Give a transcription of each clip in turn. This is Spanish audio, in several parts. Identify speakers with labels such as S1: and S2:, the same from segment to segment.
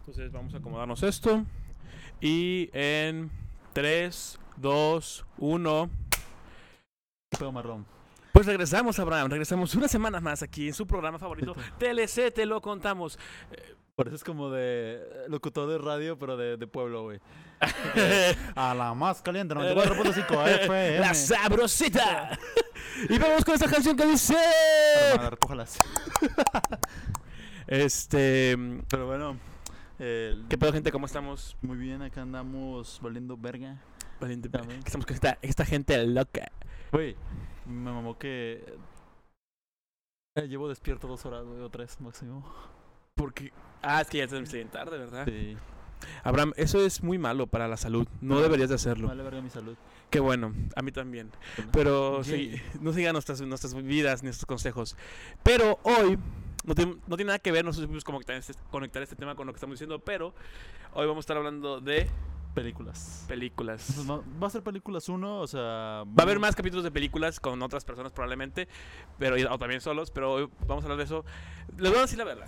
S1: Entonces vamos a acomodarnos esto. Y en 3, 2, 1.
S2: Pedo marrón.
S1: Pues regresamos, Abraham. Regresamos una semana más aquí en su programa favorito, TLC, te lo contamos.
S2: Pareces como de eh, locutor de radio, pero de, de pueblo, güey. A la más caliente, 94.5 FM.
S1: La sabrosita. y vamos con esta canción que dice.
S2: Armada, recójalas.
S1: Este.
S2: Pero bueno, eh,
S1: ¿Qué pedo, gente? ¿Cómo estamos?
S2: muy bien, acá andamos valiendo verga.
S1: Valiente,
S2: A ver.
S1: que Estamos con esta, esta gente loca.
S2: Güey, me mamó que. eh, llevo despierto dos horas, güey, o tres máximo.
S1: Porque. Ah, es que ya se bien tarde, ¿verdad?
S2: Sí.
S1: Abraham, eso es muy malo para la salud. No
S2: Ah.
S1: deberías de hacerlo.
S2: Vale verga mi salud.
S1: Qué bueno, a mí también. Pero
S2: Yay.
S1: sí, no sigan nuestras, nuestras vidas ni nuestros consejos. Pero hoy, no, tiene- no tiene nada que ver, no supimos cómo conectar este, conectar este tema con lo que estamos diciendo, pero hoy vamos a estar hablando de
S2: Películas.
S1: películas.
S2: Entonces, va, va a ser películas uno, o sea.
S1: Va a haber más capítulos de películas con otras personas probablemente, pero o también solos, pero hoy vamos a hablar de eso. Les voy a decir la verdad.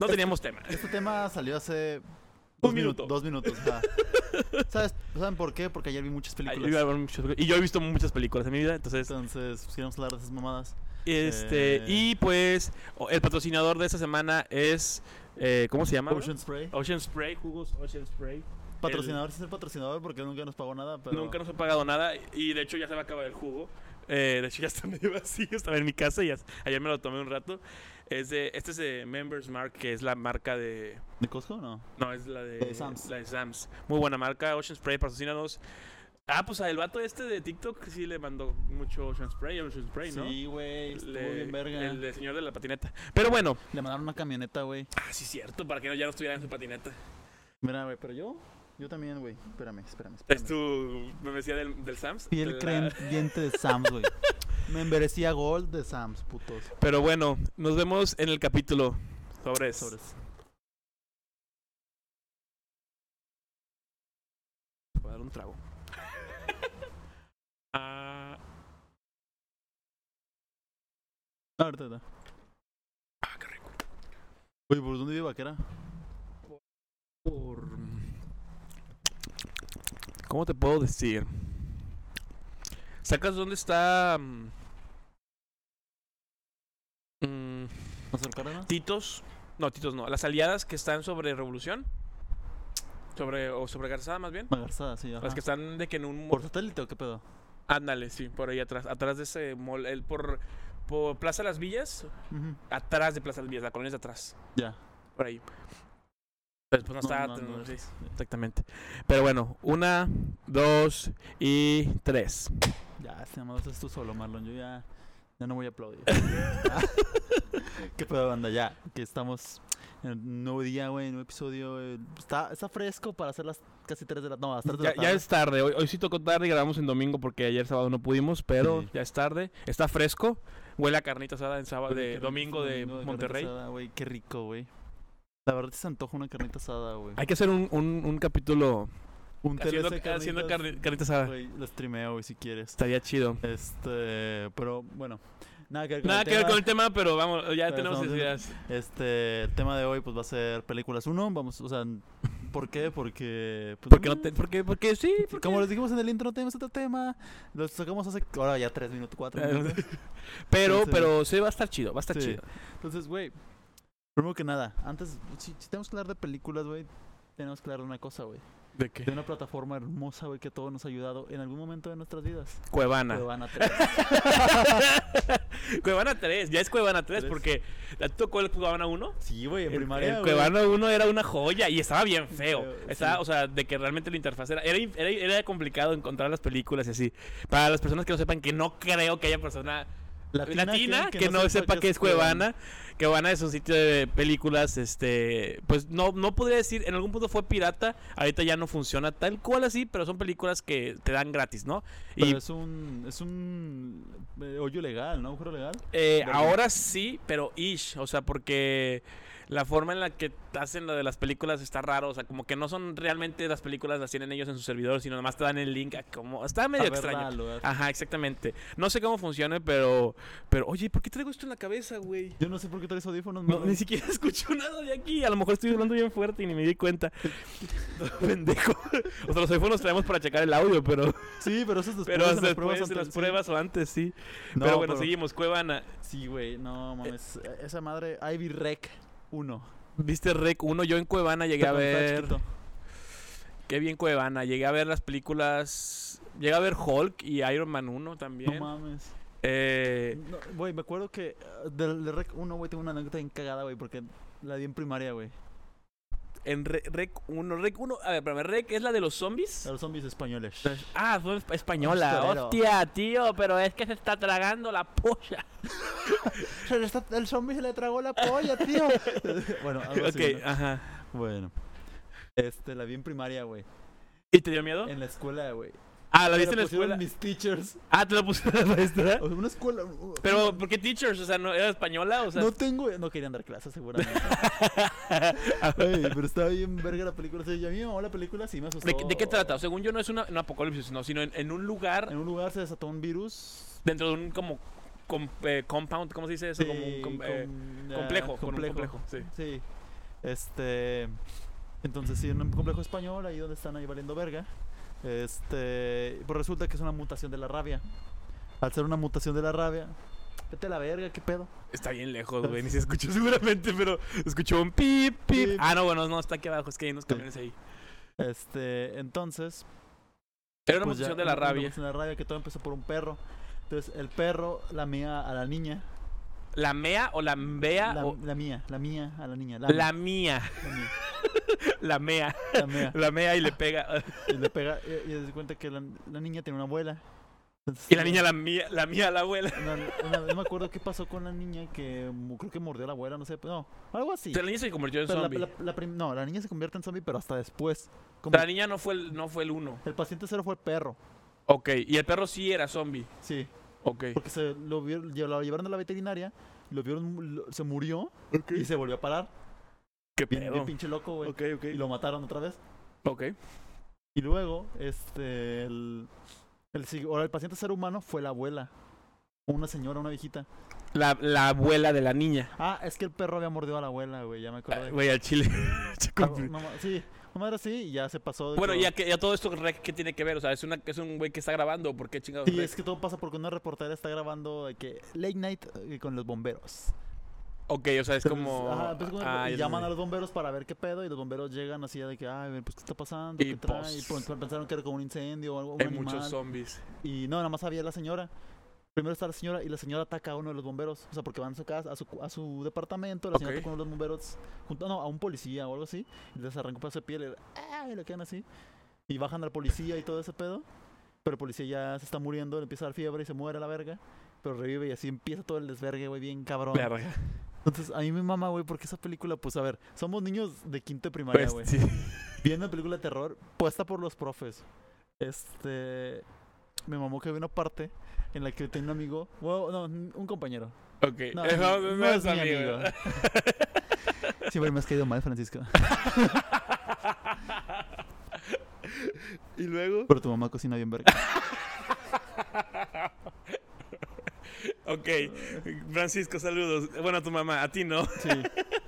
S1: No teníamos tema.
S2: Este tema salió hace.
S1: Un
S2: dos minu-
S1: minuto.
S2: Dos minutos, ajá. ¿Sabes? ¿Saben por qué? Porque ayer vi muchas
S1: Ay,
S2: películas.
S1: yo iba a ver muchas películas, Y yo he visto muchas películas en mi vida, entonces
S2: Entonces, pues, queremos hablar de esas mamadas.
S1: Este,
S2: Eh.
S1: y pues, o- el patrocinador de esta semana es. eh, ¿Cómo se llama? bro?
S2: Ocean Spray.
S1: Ocean Spray, jugos Ocean Spray.
S2: Patrocinador, sí es el patrocinador, porque nunca nos pagó nada. Pero...
S1: Nunca nos ha pagado nada y de hecho ya se va a acabar el jugo. Eh, de hecho ya está medio vacío, estaba en mi casa y as- ayer me lo tomé un rato. Es de, este es de Members Mark, que es la marca de...
S2: ¿De Costco no?
S1: No, es la de...
S2: De Sam's.
S1: La de Sam's. Muy buena marca, Ocean Spray, patrocínanos. Ah, pues el vato este de TikTok sí le mandó mucho Ocean Spray, Ocean Spray, ¿no?
S2: Sí, güey. Estuvo
S1: Le-
S2: bien verga.
S1: El, el señor de la patineta. Pero bueno,
S2: Le mandaron una camioneta, güey.
S1: Ah, sí, cierto, para que no, ya no estuviera en su patineta.
S2: Mira, güey, pero yo. Yo también, güey. Espérame, espérame.
S1: Es
S2: espérame.
S1: tu membresía del, del Sams.
S2: Piel
S1: Este La-
S2: creyente de Sam's, güey. Me merecía gold de Sam's, putos.
S1: Pero bueno, nos vemos en el capítulo. Sobres.
S2: Sobres.
S1: Voy a dar un trago. ah,
S2: Ahorita, ahorita.
S1: ah, qué rico.
S2: Güey, ¿por dónde vive Vaquera?
S1: Por- ¿Cómo te puedo decir? ¿Sacas dónde está... mm, mm,
S2: ¿Nos Cárdenas?
S1: Titos, no, Titos no, las aliadas que están sobre Revolución, sobre, o sobre Garzada más bien,
S2: Magarzada, sí, ajá.
S1: las que están de que en un...
S2: ¿Por
S1: mall-
S2: satélite o qué pedo?
S1: Ándale, sí, por ahí atrás, atrás de ese mall, el por, por Plaza Las Villas,
S2: Ujú.
S1: atrás de Plaza Las Villas, la colonia es de atrás,
S2: Ya.
S1: por ahí. Pues, pues no, está...
S2: no, pues, no,
S1: sí,
S2: sí.
S1: Exactamente. Pero bueno, una, dos y tres.
S2: Ya, si nada más es tú solo, Marlon. Yo ya, ya no voy a aplaudir. ¿Qué pedo, banda? Ya, que estamos en un nuevo día, güey, nuevo episodio. eh, Está, está fresco para hacer las casi 3 de la No, las 3 de
S1: Ya,
S2: la
S1: ya
S2: tarde.
S1: es tarde, hoy, hoy sí tocó tarde y grabamos en domingo porque ayer sábado no pudimos, pero
S2: Sí.
S1: ya es tarde, está fresco, huele a carnita asada en sábado
S2: Güey, qué
S1: de
S2: rico,
S1: domingo de
S2: carnita
S1: Monterrey.
S2: asada, güey, qué rico, güey. La verdad se antoja una carnita asada, güey.
S1: Hay que hacer un, un, un capítulo
S2: Un
S1: haciendo,
S2: TLC
S1: haciendo
S2: carnitas, Pues.
S1: carni- carnita asada.
S2: Güey, lo streameo, güey, si quieres.
S1: Estaría chido.
S2: Este, pero bueno, nada que ver con
S1: Nada
S2: el
S1: que ver
S2: tema. Pues,
S1: con el tema, pero vamos, ya
S2: Pero
S1: tenemos
S2: estamos
S1: ideas.
S2: Este, el tema de hoy pues va a ser películas 1, vamos, o sea, ¿por qué? Porque pues,
S1: Porque no te, porque, porque sí, porque-
S2: Como les dijimos en el intro, no tenemos otro tema. Lo sacamos hace ahora ya 3 minutos,
S1: Ah,
S2: 4 minutos.
S1: pero,
S2: Sí.
S1: pero sí va a estar chido, va a estar
S2: Sí.
S1: chido.
S2: Entonces, güey, primero que nada, antes si, si tenemos que hablar de películas, güey, tenemos que hablar de una cosa, güey.
S1: ¿De qué?
S2: De una plataforma hermosa, güey, que a todos nos ha ayudado en algún momento de nuestras vidas.
S1: Cuevana.
S2: Cuevana 3.
S1: Cuevana 3, ya es Cuevana 3
S2: Tres.
S1: porque ¿a ti tocó el Cuevana 1?
S2: Sí, güey, en
S1: El-
S2: primaria,
S1: El
S2: güey.
S1: Cuevana 1 era una joya y estaba bien feo.
S2: Feo,
S1: estaba,
S2: sí.
S1: O sea, de que realmente la interfaz era, era, era, era complicado encontrar las películas y así. Para las personas que no sepan, que no creo que haya persona latina, que, no, sepa qué es Cuevana. Cuevana es un sitio de películas, este, pues no, no podría decir, en algún punto fue pirata, ahorita ya no funciona tal cual así, pero son películas que te dan gratis, ¿no?
S2: Pero
S1: Y
S2: es un es un eh, hoyo legal, ¿no? Agujero legal.
S1: eh,
S2: Verga.
S1: ahora sí, pero ish, o sea, porque la forma en la que hacen lo de las películas está raro. O sea, como que no son realmente las películas las tienen ellos en su servidor, sino nomás te dan el link a como. Está medio
S2: A verla
S1: extraño.
S2: al lugar.
S1: Ajá, exactamente. No sé cómo funcione, pero. Pero, oye, ¿por qué traigo esto en la cabeza, güey?
S2: Yo no sé por qué traes audífonos,
S1: No,
S2: morro.
S1: ni siquiera escucho nada de aquí. A lo mejor estoy hablando bien fuerte y ni me di cuenta. Pendejo. O sea, los iPhones traemos para checar el audio, pero.
S2: Sí, pero eso es después
S1: Pero
S2: en
S1: hasta
S2: las
S1: después,
S2: pruebas.
S1: en las
S2: antes- sí.
S1: pruebas o antes, sí.
S2: No,
S1: pero bueno,
S2: pero-
S1: seguimos. Cuevana.
S2: Sí, güey, no mames. E-, Esa madre, Ivy Rec 1.
S1: ¿Viste Rec 1? Yo en Cuevana llegué a
S2: Cuando estaba
S1: ver.
S2: chiquito.
S1: Qué bien Cuevana. Llegué a ver las películas. Llegué a ver Hulk y Iron Man 1 también.
S2: No mames.
S1: Eh,
S2: No, Güey, me acuerdo que eh, del, del Rec 1, güey, tengo una anécdota bien cagada, güey, porque la di en primaria, güey.
S1: en Re- Rec 1. Rec 1. A ver, espérame. Rec es la de los zombies.
S2: A los zombies españoles.
S1: Ah, fue esp- española.
S2: Hostelero.
S1: Hostia, tío, pero es que se está tragando la polla.
S2: Se le está- el zombie se le tragó la polla, tío. bueno, algo así,
S1: Ok,
S2: ¿no?
S1: ajá.
S2: Bueno. Este, la vi en primaria, güey.
S1: ¿Y te dio miedo?
S2: En la escuela, güey.
S1: Ah, la
S2: Eh, Me
S1: viste en la
S2: pusieron
S1: escuela.
S2: mis teachers.
S1: Ah, te la puse en la maestra.
S2: O sea, una escuela... u-
S1: Pero, ¿por qué teachers? O sea, ¿no era española? O sea,
S2: no tengo... No querían dar clases, seguramente.
S1: Ah,
S2: Güey, pero estaba bien verga la película. O sea, yo- a mí me mamó la película, sí me asustó.
S1: ¿de, qué- de qué trata? Según yo, no es una, un apocalipsis, no, sino en, en un lugar
S2: En un lugar se desató un virus.
S1: dentro de un como com- eh, compound, ¿cómo se dice eso? como un
S2: Sí,
S1: com-
S2: con-
S1: eh,
S2: ah,
S1: complejo, con un complejo, sí.
S2: Este. Entonces, sí, en un complejo español, ahí donde están ahí valiendo verga. Este. Pues resulta que es una mutación de la rabia. Al ser una mutación de la rabia. Vete a la verga, qué pedo.
S1: está bien lejos, güey, ni se escuchó seguramente, pero escuchó un pip, pip.
S2: Pip.
S1: Ah, no, bueno, no, está aquí abajo, es que hay unos camiones ahí.
S2: Este. Entonces.
S1: Era una
S2: pues ya-
S1: mutación de la
S2: una
S1: rabia.
S2: mutación de la rabia que todo empezó por un perro. Entonces, el perro lamía a la niña.
S1: ¿La mea o la mea?
S2: La,
S1: o-
S2: la mía, la mía a la niña.
S1: La,
S2: lame,
S1: mía,
S2: la mía,
S1: la mea,
S2: la mía.
S1: la mea y le pega.
S2: Y le pega. Y, y se cuenta que la, la niña tiene una abuela. Entonces,
S1: Y la niña, la mía, la mía, la abuela.
S2: Una, una vez no me acuerdo qué pasó con la niña que mu- creo que mordió a la abuela, no sé, no, algo así.
S1: O sea, la niña se convirtió en
S2: Pero la-
S1: zombie.
S2: la- la prim- no, la niña se convierte en zombie, pero hasta después.
S1: O
S2: Como
S1: sea, la niña no fue el, no fue el uno.
S2: el paciente cero fue el perro,
S1: Ok, y el perro sí era zombie.
S2: sí,
S1: Ok.
S2: porque se lo, vieron- lle- lo llevaron a la veterinaria, lo vieron, lo- se murió y se volvió a parar.
S1: Qué
S2: Bien, bien
S1: pedo.
S2: pinche loco, güey.
S1: Ok, ok.
S2: Y lo mataron otra vez.
S1: Ok.
S2: Y luego, este, el, el, sig- ahora el paciente ser humano fue la abuela. Una señora, una viejita.
S1: La, la abuela de la niña.
S2: Ah, es que el perro había mordido a la abuela, güey, ya me
S1: Ah,
S2: acordé.
S1: Güey, al chile. Se
S2: Ah,
S1: compli-
S2: no ma- sí, no madre sí, y ya se pasó. de
S1: Bueno,
S2: todo.
S1: y a, que- y a todo esto, Rec, ¿qué tiene que ver? O sea, es, una, es un güey que está grabando, ¿por qué chingados?
S2: Sí,
S1: Rec?
S2: es que todo pasa porque una reportera está grabando de que late night eh, con los bomberos.
S1: Ok, o sea, es como.
S2: Ajá, empieza con-
S1: Ah,
S2: y
S1: ya
S2: llaman
S1: entendí.
S2: a los bomberos para ver qué pedo y los bomberos llegan así de que, ay, pues qué está pasando,
S1: Y
S2: qué trae. Y
S1: pues-
S2: pon- pensaron que era como un incendio o algo. un
S1: Hay
S2: animal.
S1: muchos zombies.
S2: Y no, nada más había la señora. Primero está la señora y la señora ataca a uno de los bomberos. O sea, porque van a su casa, a su, cu- a su departamento, la señora
S1: Ok.
S2: ataca a uno de los bomberos, junto no, a un policía o algo así, y les arranca un pedazo de piel y, le- ¡ah! y le quedan así. Y bajan al policía y todo ese pedo. Pero el policía ya se está muriendo, le empieza a dar fiebre y se muere a la verga. Pero revive y así empieza todo el desvergue, güey, bien cabrón.
S1: Verga.
S2: Entonces, a mí me mama, güey, porque esa película, pues a ver, somos niños de quinto de primaria,
S1: Pues,
S2: güey
S1: sí.
S2: viendo una película de terror puesta por los profes. Este. Me mamó que había una parte en la que tenía un amigo. Bueno, no, un compañero.
S1: Ok.
S2: No,
S1: Eh,
S2: no,
S1: no,
S2: no
S1: no
S2: es mi
S1: amigo.
S2: amigo. Siempre me has caído mal, Francisco.
S1: y luego.
S2: Pero tu mamá cocina bien verga.
S1: Ok. Francisco, saludos. Bueno, a tu mamá, a ti no.
S2: Sí,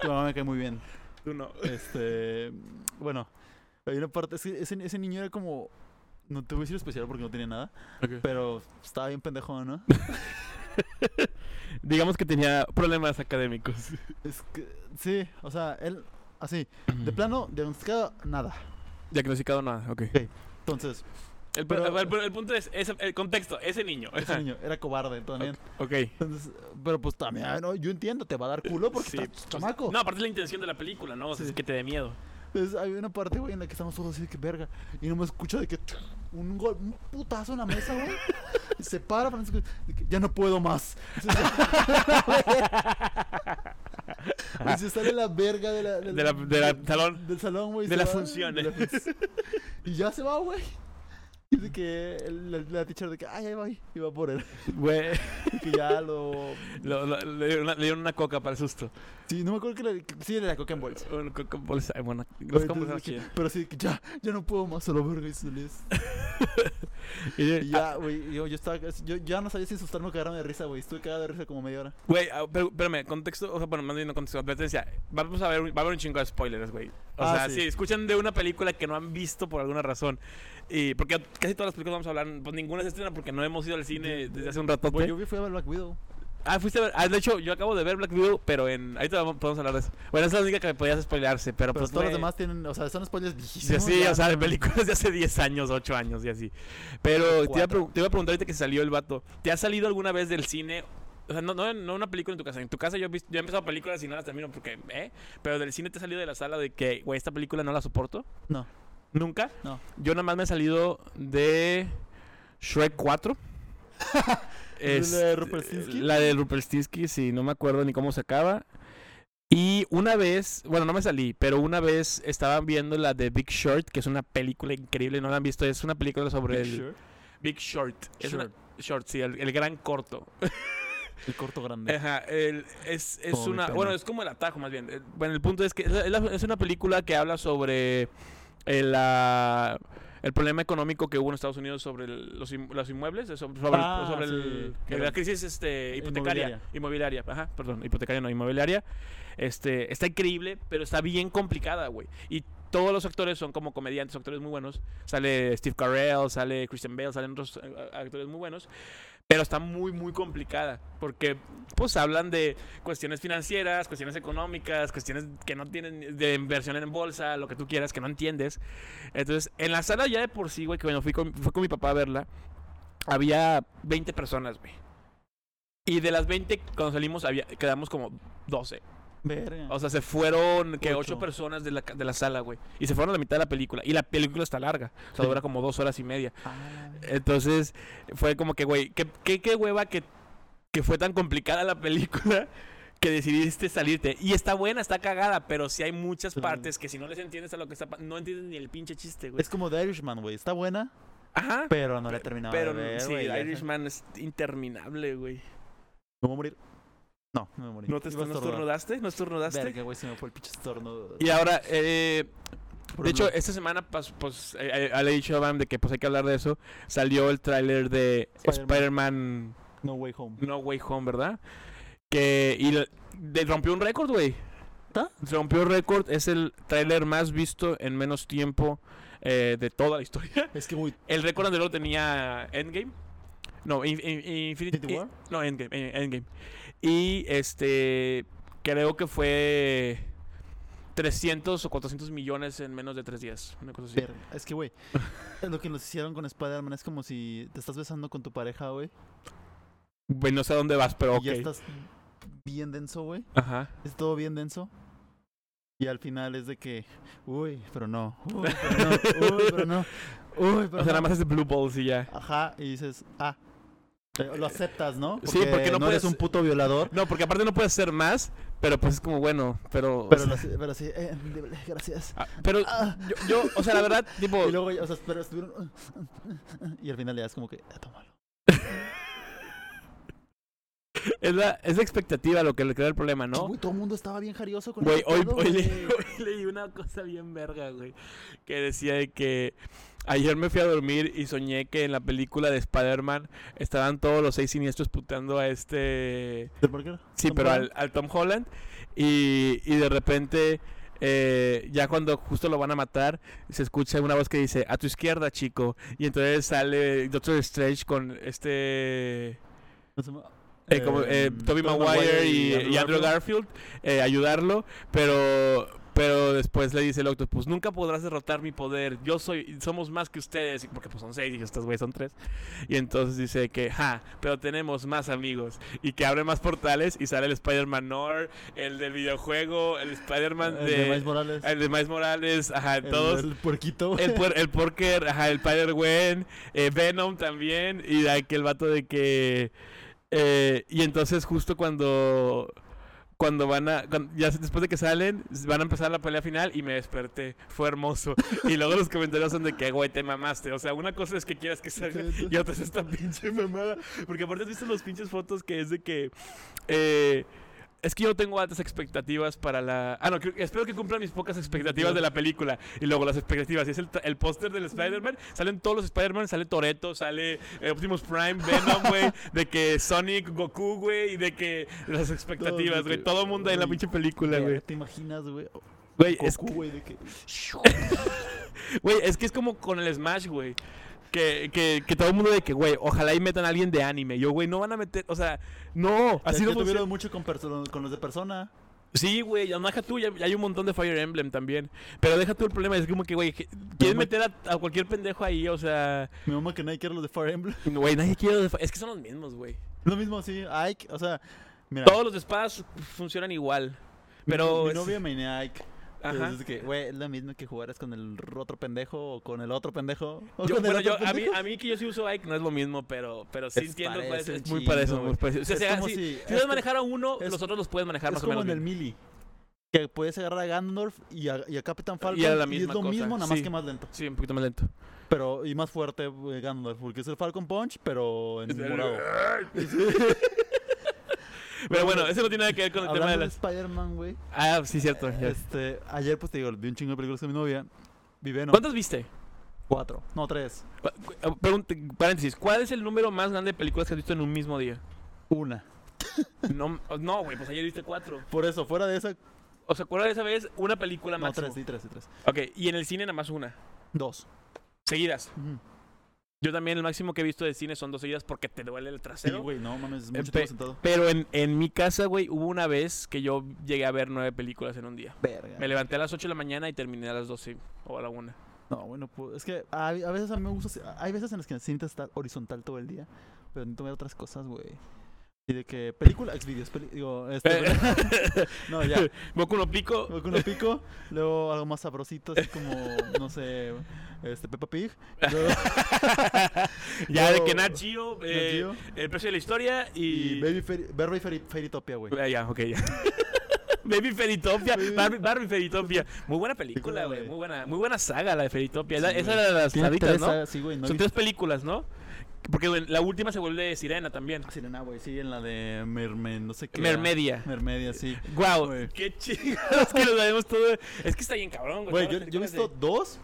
S2: tu mamá me cae muy bien.
S1: Tú no.
S2: Este. Bueno, había una parte. es que Ese, ese niño era como. No te voy a decir especial porque no tenía nada. Pero estaba bien pendejo, ¿no?
S1: Digamos que tenía problemas académicos.
S2: Es que. Sí, o sea, él. Así. De plano, diagnosticado, nada.
S1: Diagnosticado nada, ok.
S2: Entonces,
S1: El,
S2: Pero-
S1: el- el- el punto es, es el contexto, ese niño.
S2: ese niño era cobarde también.
S1: Ok.
S2: Entonces, pero pues también, ah, no, yo entiendo, te va a dar culo porque
S1: Sí,
S2: estás
S1: pues,
S2: chamaco.
S1: No, aparte es la intención de la película, ¿no? O sea,
S2: Sí.
S1: es que te dé miedo.
S2: Entonces hay una parte, güey, en la que estamos todos así de que verga. Y no me escucho de que ¡tum! un gol, un putazo en la mesa, güey. Y se para, Francisco, de que, ya no puedo más. Y se sale la verga de la,
S1: De la- de la- salón.
S2: Del salón, güey. y
S1: De
S2: se
S1: la eh.
S2: va,
S1: función,
S2: de la
S1: eh.
S2: fun- Y ya se va, güey. Dice que el- la, la teacher de que, ay, ahí voy, y va por él.
S1: Güey,
S2: Y que ya lo...
S1: lo- lo- le, dieron una, le dieron una coca para el susto.
S2: Sí, no me acuerdo que le... que- Sí, era la coca en bolsa.
S1: Una coca en bolsa. Ay, bueno, los
S2: Pero
S1: combos
S2: entonces,
S1: aquí.
S2: de que- pero sí, de que ya, ya no puedo más a la verga y se les- Y
S1: Y- ah,
S2: ya, güey, yo, yo estaba, yo ya no sabía si asustarme o cagarme de risa, güey. Estuve cagado de risa como media hora.
S1: Güey, ah, pero, espérame, contexto, o sea, bueno, más bien no contexto, advertencia. Vamos a ver, un- va a haber un chingo de spoilers, güey. O
S2: Ah,
S1: sea,
S2: sí.
S1: si escuchan de una película que no han visto por alguna razón, y porque casi todas las películas vamos a hablar, pues ninguna se estrena porque no hemos ido al cine desde hace un rato.
S2: Güey, yo vi- fui a ver Black Widow.
S1: Pues Ah, fuiste a ver. Ah, de hecho, yo acabo de ver Black Widow, pero en. Ahorita vamos- podemos hablar de eso. Bueno, esa es la única que me podías spoilearse, pero,
S2: Pero
S1: pues.
S2: todos los
S1: güey,
S2: demás tienen, o sea, son spoilers
S1: Sí,
S2: viejísimos.
S1: así,
S2: ya,
S1: o sea, de
S2: no mames.
S1: películas de hace 10 años, 8 años y así. Pero te iba, a
S2: Cuatro.
S1: pregu- te iba a preguntar ahorita que se salió el vato. ¿Te ha salido alguna vez del cine? O sea, no, no, no una película en tu casa. En tu casa yo he, visto, yo he empezado películas y no las termino porque, ¿eh? Pero del cine te ha salido de la sala de que, güey, esta película no la soporto.
S2: No.
S1: ¿Nunca?
S2: No.
S1: Yo nada más me he salido de Shrek 4.
S2: ¿La de Rumpelstiltskin?
S1: La de Rumpelstiltskin, sí, no me acuerdo ni cómo se acaba. Y una vez, bueno, no me salí, pero una vez estaban viendo la de Big Short, que es una película increíble, no la han visto, es una película sobre el...
S2: Sure.
S1: Big Short. Es una-
S2: Short.
S1: Short, sí, el, el gran corto.
S2: El corto grande.
S1: Ajá, el- es, es
S2: Como mi
S1: una...
S2: pene.
S1: Bueno, es como el atajo más bien. Eh, Bueno, el punto es que es, la- es la- es una película que habla sobre el, ah, el problema económico que hubo en Estados Unidos sobre el- los, im- los inmuebles, eh, sobre, sobre el-
S2: Ah,
S1: sobre el-
S2: sí.
S1: la crisis este, hipotecaria. Inmobiliaria. ajá, perdón, hipotecaria no, inmobiliaria. Este, está increíble, pero está bien complicada, güey. Y todos los actores son como comediantes, actores muy buenos. Sale Steve Carell, sale Christian Bale, salen otros eh, actores muy buenos. Pero está muy, muy complicada. Porque, pues, hablan de cuestiones financieras, cuestiones económicas, cuestiones que no tienen de inversión en bolsa, lo que tú quieras, que no entiendes. Entonces, en la sala ya de por sí, güey, que bueno, fui con, fui con mi papá a verla, había 20 personas, güey. Y de las 20, cuando salimos, había, quedamos como 12.
S2: Verga.
S1: O sea, se fueron que
S2: Ocho.
S1: ocho personas de la, ca- de la sala, güey. Y se fueron a la mitad de la película. Y la película está larga. O sea,
S2: Sí.
S1: dura como dos horas y media.
S2: Ah,
S1: Entonces, fue como que, güey, qué, qué, qué hueva que, que fue tan complicada la película que decidiste salirte. Y está buena, está cagada, pero sí hay muchas
S2: Sí.
S1: partes que si no les entiendes a lo que está pa- no entiendes ni el pinche chiste, güey.
S2: es como The Irishman, güey. Está buena,
S1: Ajá.
S2: pero no la he terminado
S1: Pero
S2: de ver,
S1: sí,
S2: güey, ya.
S1: Irishman es interminable, güey.
S2: ¿Me voy a morir? No, no me morí.
S1: ¿No te
S2: Iba a
S1: no
S2: estornudar.
S1: estornudaste? ¿No estornudaste?
S2: Verga, güey, se me fue el pinche estornudo.
S1: Y ahora, eh,
S2: Por
S1: de
S2: un
S1: hecho,
S2: lado.
S1: esta semana, pas- pues, eh, eh, le he dicho a Bam de que pues hay que hablar de eso. Salió el tráiler de
S2: Spider-Man.
S1: Spider-Man
S2: No Way Home.
S1: eh, No Way Home, ¿verdad? Que y la- de- rompió un récord, güey.
S2: ¿Ta?
S1: Rompió récord, es el tráiler más visto en menos tiempo eh, de toda la historia.
S2: Es que muy...
S1: El récord anterior lo tenía Endgame. No, In- In- Infinity,
S2: Infinity War?
S1: No, Endgame, eh, Endgame. Y este creo que fue 300 o 400 millones en menos de tres días, una cosa así.
S2: Verga. Es que, güey, lo que nos hicieron con Spider-Man es como si te estás besando con tu pareja, güey.
S1: Bueno, no sé a dónde vas, pero ok.
S2: Y ya estás bien denso, güey.
S1: Ajá.
S2: Es todo bien denso. Y al final es de que, uy, pero no, uy, pero no, uy, pero no, uy, pero
S1: o sea, nada
S2: no.
S1: más es de Blue Balls y ya.
S2: Ajá, y dices, ah, eh, lo aceptas, ¿no?
S1: Sí, porque no
S2: eres
S1: puedes-
S2: un puto violador.
S1: No, porque aparte no puedes hacer más, pero pues es como bueno, pero. o
S2: Pero,
S1: sea,
S2: lo hace- pero sí, eh, de- gracias.
S1: ah, pero
S2: Ah.
S1: yo, yo, o sea, la verdad, tipo.
S2: Y luego, ya, o sea, pero estuvieron... Y al final le das como que, ah, tómalo.
S1: es, la, es la expectativa lo que le crea el problema, ¿no?
S2: Güey, todo el mundo estaba bien jarioso con
S1: Güey,
S2: ese
S1: hoy,
S2: pedo,
S1: hoy, le-
S2: güey.
S1: hoy leí una cosa bien verga, güey. Que decía de que ayer me fui a dormir y soñé que en la película de Spider-Man estaban todos los seis siniestros puteando a este.
S2: ¿Pero por qué?
S1: Sí,
S2: ¿Tom
S1: pero al,
S2: Holland?
S1: al Tom Holland. Y, y de repente, eh, ya cuando justo lo van a matar, se escucha una voz que dice, a tu izquierda, chico. Y entonces sale Doctor Strange con este...
S2: ¿Cómo se llama?
S1: eh, como, eh,
S2: Em,
S1: Tobey
S2: Tobey
S1: Maguire y, y Andrew Garfield,
S2: Garfield.
S1: eh, ayudarlo, pero... Pero después le dice el Octopus, "Pues nunca podrás derrotar mi poder, yo soy, somos más que ustedes, y porque pues son seis y estos güeyes son tres. Y entonces dice que, ja, pero tenemos más amigos. Y que abre más portales y sale el Spider-Man Nor, el del videojuego, el Spider-Man
S2: El
S1: de.
S2: de Miles Morales.
S1: El de Miles Morales, ajá,
S2: El-
S1: todos.
S2: El puerquito, güey.
S1: El, puer- el Porker, ajá, el Spider-Gwen, eh, Venom también, y de aquel vato de que. eh, y entonces, justo cuando. cuando van a. cuando- ya después de que salen, van a empezar la pelea final y me desperté. Fue hermoso. Y luego los comentarios son de que, güey, te mamaste. O sea, una cosa es que quieras que salga y otra es esta pinche mamada. Porque aparte has visto los pinches fotos que es de que. eh, es que yo no tengo altas expectativas para la. Ah, no, creo- espero que cumplan mis pocas expectativas de la película. Y luego las expectativas. Y es el, tra- el póster del Spider-Man. Salen todos los Spider-Man. Sale Toreto, sale eh, Optimus Prime, Venom, güey. De que Sonic, Goku, güey. Y de que las expectativas,
S2: Todos,
S1: güey.
S2: güey.
S1: Todo el mundo en la
S2: Güey.
S1: pinche película, güey.
S2: ¿Te imaginas, güey?
S1: Güey, es,
S2: Goku, güey, de que...
S1: Güey, es que es como con el Smash, güey. Que, que, que todo el mundo de que, güey, ojalá y metan a alguien de anime. Yo, güey, no van a meter, o sea, no,
S2: Así
S1: así no funciona.
S2: tuvieron mucho con, perso- con los de Persona.
S1: Sí, güey, ya no deja tú, ya, ya hay un montón de Fire Emblem también. Pero deja tú el problema, es como que, güey, que- quieren
S2: me-
S1: meter a, a cualquier pendejo ahí, o sea,
S2: Mi mamá que nadie quiere los de Fire Emblem.
S1: güey, nadie quiere. los de Fi- Es que son los mismos, güey.
S2: Lo mismo así, Ike, o sea... Mira,
S1: Todos los de espadas funcionan igual.
S2: mi-
S1: Pero.
S2: Mi,
S1: es-
S2: novia me a Ike.
S1: Ajá.
S2: Es que, güey, es lo mismo que jugaras con el otro pendejo o con el otro pendejo. O
S1: Yo-
S2: con el
S1: bueno,
S2: otro
S1: yo, a, mí,
S2: pendejo.
S1: a mí que yo sí uso Ike no es lo mismo, pero, pero sí
S2: Es
S1: entiendo.
S2: parece
S1: cuál es,
S2: un
S1: es muy
S2: chingo,
S1: parecido, muy
S2: güey.
S1: parecido. O sea,
S2: Es
S1: se haga
S2: como
S1: así.
S2: si-
S1: si
S2: es
S1: puedes
S2: co-
S1: manejar a uno,
S2: es-
S1: los otros los puedes manejar
S2: Es
S1: más o
S2: como
S1: menos.
S2: en el
S1: bien.
S2: Mili. Que puedes agarrar a Gandalf y a, y a Capitán Falcon.
S1: la
S2: es
S1: misma
S2: lo
S1: cosa,
S2: mismo, nada más
S1: sí.
S2: que más lento.
S1: Sí, un poquito más lento.
S2: Pero, y más fuerte eh, Gandalf, porque es el Falcon Punch, pero en morado.
S1: Pero bueno, eso no tiene nada que ver con el tema de
S2: Hablando de
S1: las.
S2: Spider-Man, güey.
S1: Ah, sí, cierto. ya.
S2: Este, ayer, pues te digo, vi un chingo de películas con mi novia. Vi Venom.
S1: ¿Cuántas viste?
S2: Cuatro. No, tres.
S1: Cu- cu- pregunta- paréntesis, ¿cuál es el número más grande de películas que has visto en un mismo día?
S2: Una.
S1: No, no, güey, pues ayer viste cuatro.
S2: Por eso, fuera de esa.
S1: ¿O se acuerda de esa vez? Una película
S2: No,
S1: más.
S2: tres, sí, tres, sí, tres.
S1: Ok, y en el cine nada más una.
S2: Dos.
S1: Seguidas.
S2: Ujú.
S1: Yo también el máximo que he visto de cine son dos seguidas porque te duele el
S2: Sí,
S1: trasero.
S2: güey, no mames, es
S1: Empe-
S2: mucho tiempo sentado.
S1: Pero en, en mi casa, güey, hubo una vez que yo llegué a ver nueve películas en un día.
S2: Verga.
S1: Me levanté a las 8 de la mañana y terminé a las 12 o a la 1.
S2: No, bueno, pues, es que a, a veces a mí me gusta. si- Hay veces en las que necesito estar horizontal todo el día, pero necesito ver otras cosas, güey. Y de que película, exvideos, peli- digo, este, no, ya,
S1: Boku no Pico.
S2: Boku no Pico, luego algo más sabrosito, así como, no sé, este, Peppa Pig, luego
S1: ya de
S2: Yo-
S1: que Nat Geo, eh,
S2: Geo.
S1: El precio de la historia y.
S2: y Baby Fairy, Barry Fairy, Fairytopia, güey.
S1: Ah, ya, ok, ya. Baby Feritopia,
S2: Baby-
S1: Barbie, Barbie Feritopia. Muy buena película,
S2: Película,
S1: güey.
S2: güey.
S1: Muy buena, muy buena saga la de Feritopia.
S2: Sí,
S1: La- esa
S2: güey.
S1: era de las
S2: Tiene
S1: raritas,
S2: tres
S1: ¿no?
S2: sagas, sí, güey, no he
S1: Son
S2: visto-
S1: tres películas, ¿no? Porque güey, la última se vuelve Sirena también.
S2: Ah, Sirena, güey, sí, en la de Mermen, no sé qué. era.
S1: Mermedia.
S2: Mermedia, sí.
S1: Guau,
S2: Güey.
S1: qué chingados que lo sabemos todo. Es que está bien cabrón, güey.
S2: Güey,
S1: todas las
S2: yo, yo he
S1: películas
S2: visto dos,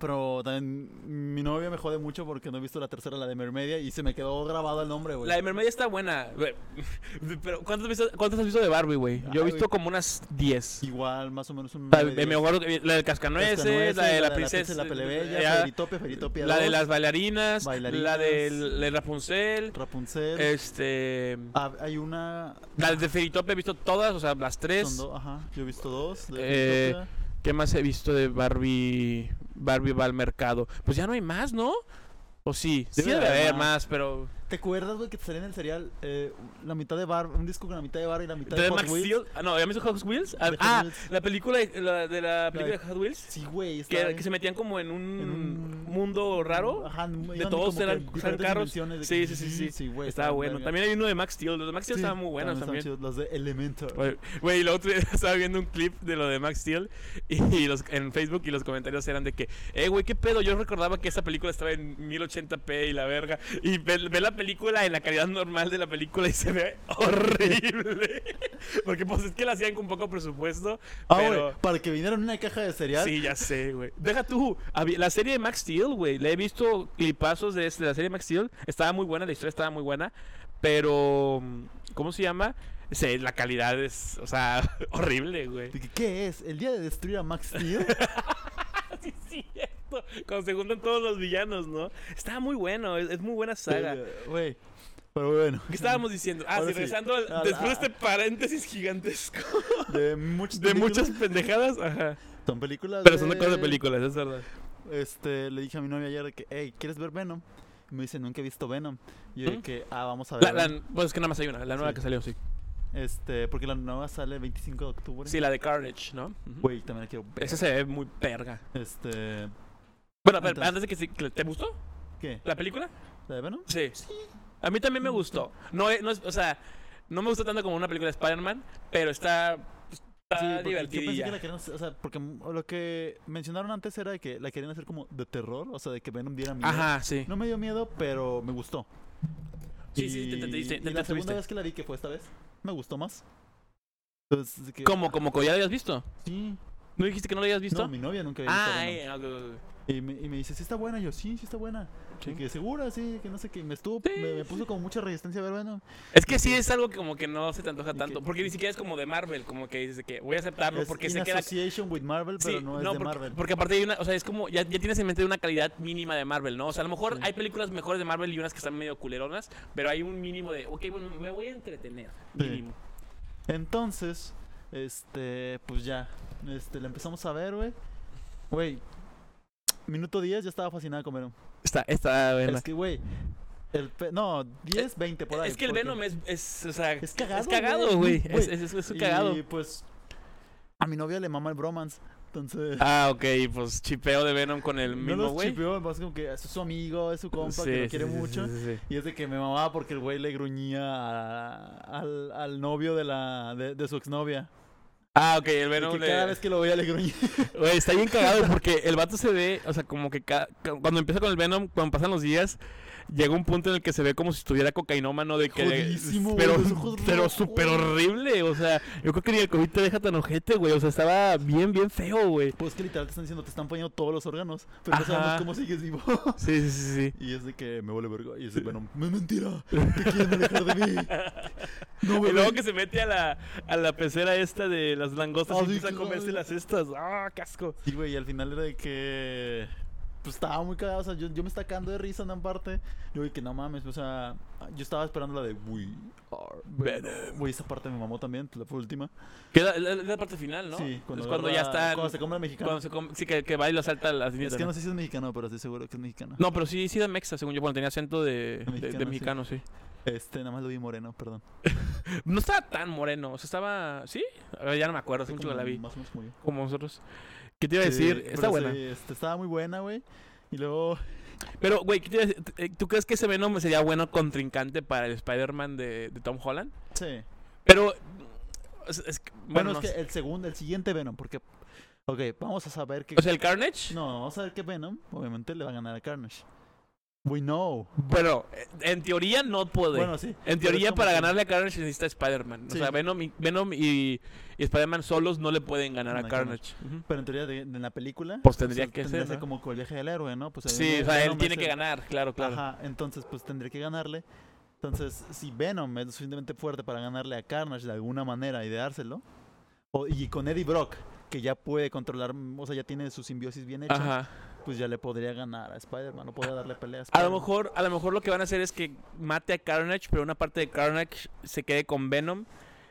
S2: pero también mi novia me jode mucho porque no he visto la tercera, la de Mermedia, y se me quedó grabado el nombre,
S1: de-
S2: güey.
S1: La de Mermedia está buena. güey. Pero ¿cuántas, has visto- cuántas has visto de Barbie, güey? Yo he
S2: Ay,
S1: visto
S2: güey.
S1: como unas 10.
S2: Igual, más o menos un...
S1: La,
S2: nueve,
S1: de, me
S2: diez.
S1: acuerdo que- la del cascanueces,
S2: Cascanueces,
S1: la de la,
S2: princesa,
S1: princesa. eh,
S2: la plebeya,
S1: ya,
S2: Feritopia, Feritopia
S1: la de
S2: 2,
S1: las bailarinas, la
S2: bailarinas.
S1: de, la de Rapunzel,
S2: Rapunzel.
S1: este...
S2: Ah, hay una...
S1: Las de Feritopia he visto todas, o sea, las
S2: son
S1: tres.
S2: dos, ajá, yo he visto dos.
S1: Eh,
S2: De Feritopia.
S1: ¿Qué más he visto de Barbie? Barbie va al mercado. Pues ya no hay más, ¿no? ¿O sí? Sí
S2: Debe
S1: debe
S2: de haber
S1: haber
S2: más.
S1: más, pero...
S2: ¿Te acuerdas, güey, que te salía en el serial eh, la mitad de Bar, un disco con la mitad de Bar y la mitad de,
S1: ¿De
S2: Hot
S1: Max
S2: Wheels?
S1: Steel? Ah, no, ¿habíamos visto Hot Wheels? Ah,
S2: De Hot
S1: ah,
S2: Wheels.
S1: la película de la, de la película de Hot Wheels.
S2: Sí, güey. estaba
S1: Que,
S2: bien-
S1: que se metían como en un,
S2: en un-
S1: mundo raro.
S2: Ajá,
S1: de todos eran- eran carros. Sí, sí, sí, sí. estaba
S2: güey, estaban
S1: bueno.
S2: verga.
S1: También hay uno de Max Steel. Los de Max Steel
S2: Sí,
S1: estaban muy buenos
S2: estaban
S1: también.
S2: chidos, Los de Elementor.
S1: Oye, Güey, el otro día estaba viendo un clip de lo de Max Steel y, y los, en Facebook y los comentarios eran de que, eh, güey, qué pedo, yo recordaba que esa película estaba en 1080p y la verga. Y ve, ve la película en la calidad normal de la película y se ve horrible. Porque pues es que la hacían con poco presupuesto,
S2: Ah, güey,
S1: pero...
S2: para que vinieran una caja de cereal.
S1: Sí, ya sé, güey. Deja tú. había- La serie de Max Steel, güey. La he visto clipazos de, este- de la serie de Max Steel. Estaba muy buena, la historia estaba muy buena. Pero. mm, ¿Cómo se llama? Se- la calidad es, o sea, horrible, güey.
S2: de que, ¿Qué es? ¿El día de destruir a Max Steel?
S1: Sí, es cierto. Cuando se juntan todos los villanos, ¿no? Estaba muy bueno, es, es muy buena saga.
S2: Güey. Pero bueno.
S1: ¿Qué estábamos diciendo? Ah,
S2: Ahora
S1: sí,
S2: sí.
S1: regresando al-
S2: A la-
S1: después de este paréntesis gigantesco
S2: De, muchas
S1: de muchas
S2: películas-
S1: pendejadas, ajá.
S2: Son películas.
S1: Pero son de
S2: de-
S1: cosas de películas, es verdad.
S2: Este, le dije a mi novia ayer de que, hey, ¿quieres ver Venom? Y me dice, nunca he visto Venom. Y yo de
S1: ¿Mm?
S2: que, ah, vamos a ver.
S1: La, la-
S2: Venom".
S1: pues es que nada más hay una, la nueva
S2: Sí.
S1: que salió, sí.
S2: Este, porque la nueva sale el 25 de octubre.
S1: Sí, la de Carnage, ¿no? Ujú.
S2: Güey, también la quiero ver.
S1: Esa se ve muy perga.
S2: Este,
S1: Bueno, pero
S2: Entonces-
S1: antes de que sí- que- ¿Te gustó
S2: ¿qué?
S1: la película?
S2: ¿La de Venom?
S1: Sí. A mí también me gustó. eh, No, es- no es, o sea, No me gustó tanto como una película de Spider-Man, pero está,
S2: Sí,
S1: está
S2: porque Yo pensé que
S1: divertida.
S2: la querían hacer- o sea, porque lo que mencionaron antes era de que la querían hacer como de terror, o sea, de que Venom diera miedo.
S1: Ajá, sí.
S2: No me dio miedo, pero me gustó.
S1: Sí, sí, te entendiste,
S2: Y-
S1: te
S2: y la
S1: entretuviste.
S2: segunda vez que la vi, que fue esta vez, me gustó más. Entonces, de que- ah,
S1: ¿Cómo, como que ya la habías visto?
S2: Sí.
S1: ¿No dijiste que no la habías visto?
S2: No, mi novia nunca había visto
S1: ah,
S2: Venom.
S1: eh, ok, ok, ok.
S2: Y me, y me dice, sí está buena. Y yo, sí, sí está buena.
S1: Sí.
S2: Y que segura, sí, que no sé qué. Y Me estuvo,
S1: Sí,
S2: me, me puso como mucha resistencia a ver Venom.
S1: Es que sí es algo que como que no se te antoja
S2: que-
S1: tanto, porque ni siquiera es como de Marvel, como que dices de que voy a aceptarlo
S2: Es
S1: porque
S2: in
S1: sé que la...
S2: association with Marvel, pero
S1: Sí,
S2: no es de
S1: porque,
S2: Marvel.
S1: porque aparte hay una, o sea, es como, ya, ya tienes en mente una calidad mínima de Marvel, ¿no? O sea, a lo mejor
S2: Sí.
S1: hay películas mejores de Marvel y unas que están medio culeronas, pero hay un mínimo de, ok, bueno, me voy a entretener,
S2: Sí.
S1: mínimo.
S2: Entonces, este, pues ya, este, la empezamos a ver, güey. Güey, minuto 10 ya estaba fascinada con Venom.
S1: Está, está,
S2: Es que, güey, el pe- no, 10, 20 por ahí.
S1: Eh, Es que el
S2: porque-
S1: Venom es, es, o sea,
S2: Es cagado,
S1: es cagado, güey, es,
S2: Güey,
S1: es, es un cagado.
S2: Y pues, a mi novia le mama el bromance, entonces...
S1: Ah, ok, pues chipeo de Venom con el
S2: no
S1: mismo
S2: los
S1: güey.
S2: chipeó, más como que es su amigo, es su compa, que lo
S1: Sí,
S2: quiere
S1: sí, sí,
S2: mucho.
S1: sí, sí, sí.
S2: Y es de que me mamaba porque el güey le gruñía a- al, al novio de la de, de su exnovia.
S1: Ah, ok, el
S2: Y
S1: Venom
S2: que
S1: le...
S2: cada vez que lo veía le gruñía.
S1: Güey, está bien cagado porque el vato se ve, o sea, como que ca- ca- cuando empieza con el Venom, cuando pasan los días, llega un punto en el que se ve como si estuviera cocainómano de que...
S2: Jodidísimo,
S1: pero
S2: güey, los ojos
S1: pero
S2: rojos.
S1: súper horrible, o sea, yo creo que ni el COVID te deja tan ojete, güey, o sea, estaba bien, bien feo, güey.
S2: Pues que literal te están diciendo, te están poniendo todos los órganos, pero no sabemos
S1: Ajá.
S2: cómo sigues vivo.
S1: Sí, sí, sí, sí.
S2: Y es de que me vuelve verga. Y es de, bueno, me mentira, te quieren alejar de mí. No,
S1: Y
S2: bebé.
S1: luego que se mete a la, a la pecera esta de las langostas
S2: Ah,
S1: y
S2: sí,
S1: empieza a
S2: qué
S1: comerse
S2: horror.
S1: las estas. ¡Ah, casco!
S2: Sí, güey, y al final era de que. Pues estaba muy cagado, o sea, yo, yo me estaba cagando de risa en una parte. Yo vi que no mames, o sea, yo estaba esperando la de We Are Venom. Güey, esa parte me mamó también, pues, la fue última.
S1: Que es la, la- la parte final, ¿no?
S2: Sí,
S1: cuando
S2: cuando,
S1: es cuando
S2: agarra-
S1: ya está...
S2: Cuando se come la mexicana.
S1: cuando se come- sí, que, que va y lo salta las niñas.
S2: Es que no sé si es mexicano, pero estoy seguro que es mexicano.
S1: No, pero sí, sí de Mexa, según yo, cuando tenía acento de, de- de mexicano,
S2: Mexicano, sí.
S1: sí.
S2: Este, nada más lo vi moreno, perdón.
S1: No estaba tan moreno, o sea, estaba. ¿Sí? A ver, Ya no me acuerdo, hace mucho que la vi.
S2: Más o menos como yo.
S1: Como nosotros. ¿Qué te iba a
S2: Sí,
S1: decir?
S2: pero
S1: Está buena.
S2: sí, este, estaba muy buena, güey. Y luego,
S1: Pero, güey, ¿qué te iba a decir? Eh, ¿tú crees que ese Venom sería bueno contrincante para el Spider-Man de, de Tom Holland?
S2: sí.
S1: Pero. mm, Es, es que-
S2: Bueno,
S1: bueno, no
S2: es
S1: sé.
S2: que el segundo, el siguiente Venom, porque. Ok, vamos a saber que.
S1: O sea, el Carnage.
S2: no, vamos a ver que Venom, obviamente, le va a ganar a Carnage. We know.
S1: Bueno, eh, en teoría no puede.
S2: Bueno, sí.
S1: en
S2: pero es
S1: teoría,
S2: como
S1: para
S2: que-
S1: ganarle a Carnage necesita Spider-Man.
S2: Sí.
S1: O sea, Venom y, Venom y, y Spider-Man solos no le pueden ganar a
S2: No,
S1: Carnage. Ujú.
S2: Pero en teoría, de, de la película.
S1: Pues tendría que
S2: tendría
S1: ser, ¿no?
S2: como con el viaje del héroe, ¿no? Pues
S1: Sí, o
S2: obviamente
S1: sea, él
S2: Venom
S1: tiene
S2: es
S1: que
S2: el-
S1: ganar, claro, claro.
S2: Ajá, entonces pues tendría que ganarle. Entonces, si Venom es lo suficientemente fuerte para ganarle a Carnage de alguna manera y de dárselo, o- y con Eddie Brock, que ya puede controlar, mm, o sea, ya tiene su simbiosis bien hecha,
S1: Ajá.
S2: pues ya le podría ganar a Spider-Man, no podría darle peleas.
S1: A lo mejor, a lo mejor lo que van a hacer es que mate a Carnage, pero una parte de Carnage se quede con Venom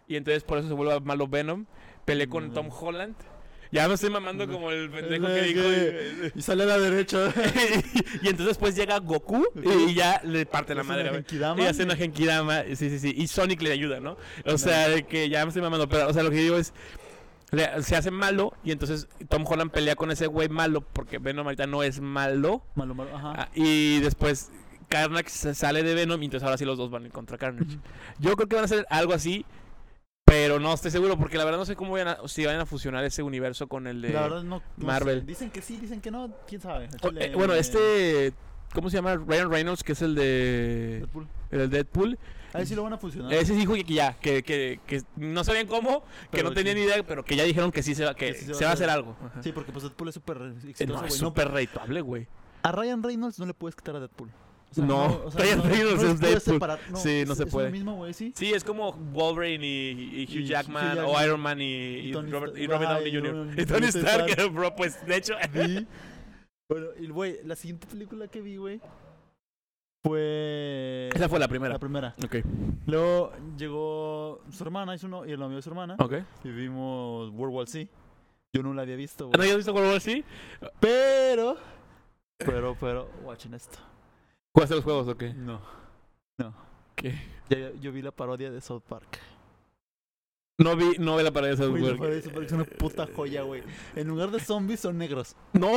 S1: y entonces por eso se vuelva malo Venom. Peleé con
S2: Mm.
S1: Tom Holland. Ya me estoy mamando como el pendejo que dijo. eh,
S2: Y sale a la derecha.
S1: y entonces después llega Goku y ya le parte la
S2: Hace una
S1: madre. a Venom.
S2: Genkidama.
S1: Y hace una Genkidama, sí, sí, sí. Y Sonic le ayuda, ¿no? O sea, de que ya me estoy mamando. Pero, o sea, lo que digo es. le- se hace malo y entonces Tom Holland pelea con ese güey malo porque Venom ahorita no es malo.
S2: Malo, malo, ajá.
S1: Ah, y después Carnage se sale de Venom y entonces ahora sí los dos van contra Carnage. Yo creo que van a hacer algo así, pero no estoy seguro porque la verdad no sé cómo vayan a- si van a fusionar ese universo con el de...
S2: la verdad no, no
S1: Marvel.
S2: sé. Dicen que sí, dicen que no, quién sabe. Al
S1: O-
S2: chile,
S1: eh, bueno,
S2: eh,
S1: este... ¿Cómo se llama? Ryan Reynolds, que es el de...
S2: Deadpool.
S1: El Deadpool.
S2: Ahí sí lo van a funcionar.
S1: Ese dijo que ya, que, que, que no sabían cómo, que
S2: Pero
S1: no tenían
S2: sí.
S1: idea, pero que ya dijeron que sí se va, que
S2: Que sí
S1: se va a hacer algo. Ajá.
S2: Sí, porque pues Deadpool es súper
S1: Eh,
S2: exitoso,
S1: no,
S2: güey,
S1: es
S2: no
S1: súper reitable, güey.
S2: A Ryan Reynolds no le puedes quitar a Deadpool. O
S1: No, Ryan Reynolds
S2: se
S1: es
S2: puede
S1: Deadpool.
S2: separar,
S1: Sí, no
S2: es-
S1: se
S2: es
S1: puede.
S2: lo mismo, güey, sí.
S1: Sí, es como Wolverine y, y
S2: Y
S1: Hugh,
S2: Hugh
S1: Jackman, o
S2: Jackman.
S1: Iron Man y, y
S2: Tony
S1: Robert, y
S2: Stark.
S1: Robert
S2: Ah,
S1: Downey
S2: y
S1: Jr.
S2: Robert-
S1: Y Tony
S2: Tony Stark.
S1: Stark, bro, pues de hecho.
S2: Vi- Bueno, y güey, la siguiente película que vi, güey, fue
S1: Esa fue la
S2: la
S1: primera.
S2: primera.
S1: Ok.
S2: Luego llegó su hermana, hizo uno, y el novio de su hermana,
S1: Ok.
S2: y vimos World War Z. Yo no la había visto,
S1: ¿No
S2: güey.
S1: habías visto World War Z?
S2: Pero, pero, pero, watchen esto.
S1: ¿Cuáles son los juegos? Ok.
S2: No,
S1: ¿Qué?
S2: Ya- yo vi la parodia de South Park.
S1: No vi, no vi la pared de South
S2: Güey, la
S1: Park.
S2: parodia de South Park es una puta joya, güey. En lugar de zombies son negros.
S1: No,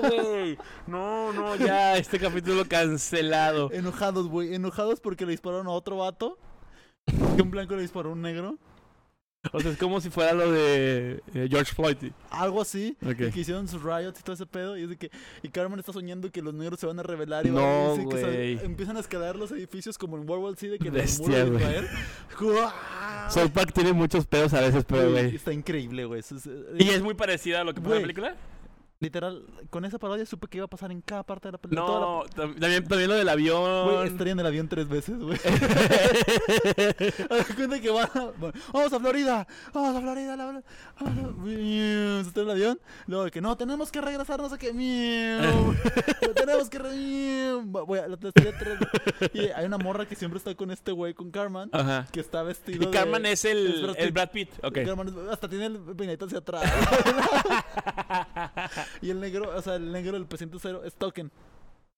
S1: güey. No, no, ya, este capítulo cancelado.
S2: Enojados, güey. Enojados porque le dispararon a otro vato. Que un blanco le disparó a un negro.
S1: O sea, es como si fuera lo de eh, George Floyd.
S2: Algo así.
S1: Ok.
S2: Y que hicieron sus riots y todo ese pedo. Y es de que. Y Carmen está soñando que los negros se van a rebelar y
S1: No,
S2: van a irse, y que se-
S1: güey.
S2: empiezan a escalar los edificios como en World War C de que los
S1: Bestia,
S2: muros de
S1: güey.
S2: Israel. ¡Guau!
S1: South Park tiene muchos pedos a veces, pero,
S2: Güey,
S1: güey.
S2: Está increíble, güey. Eso es-
S1: ¿Y es muy parecida a lo que pasa en la
S2: Güey.
S1: película?
S2: Literal, con esa parodia supe que iba a pasar en cada parte de la película.
S1: No, tam- también, también lo del avión.
S2: Güey, estaría en el avión tres veces, güey. Haz de cuenta que va. bueno, vamos a Florida, vamos a Florida, la, la- vamos a- miau, se está en el avión. Luego de que no, tenemos que regresar, no sé qué. miau, tenemos que. re- miau, va- güey, la- la estaría tres veces. Y hay una morra que siempre está con este güey, con Carmen,
S1: Ajá.
S2: que está
S1: Ah.
S2: vestido.
S1: Y Carmen es
S2: es
S1: el,
S2: Brad
S1: el
S2: Pitt.
S1: Brad Pitt. Ok.
S2: Carmen es- hasta tiene el peinadito hacia atrás. y el negro, o sea, el negro del presidente cero es Token.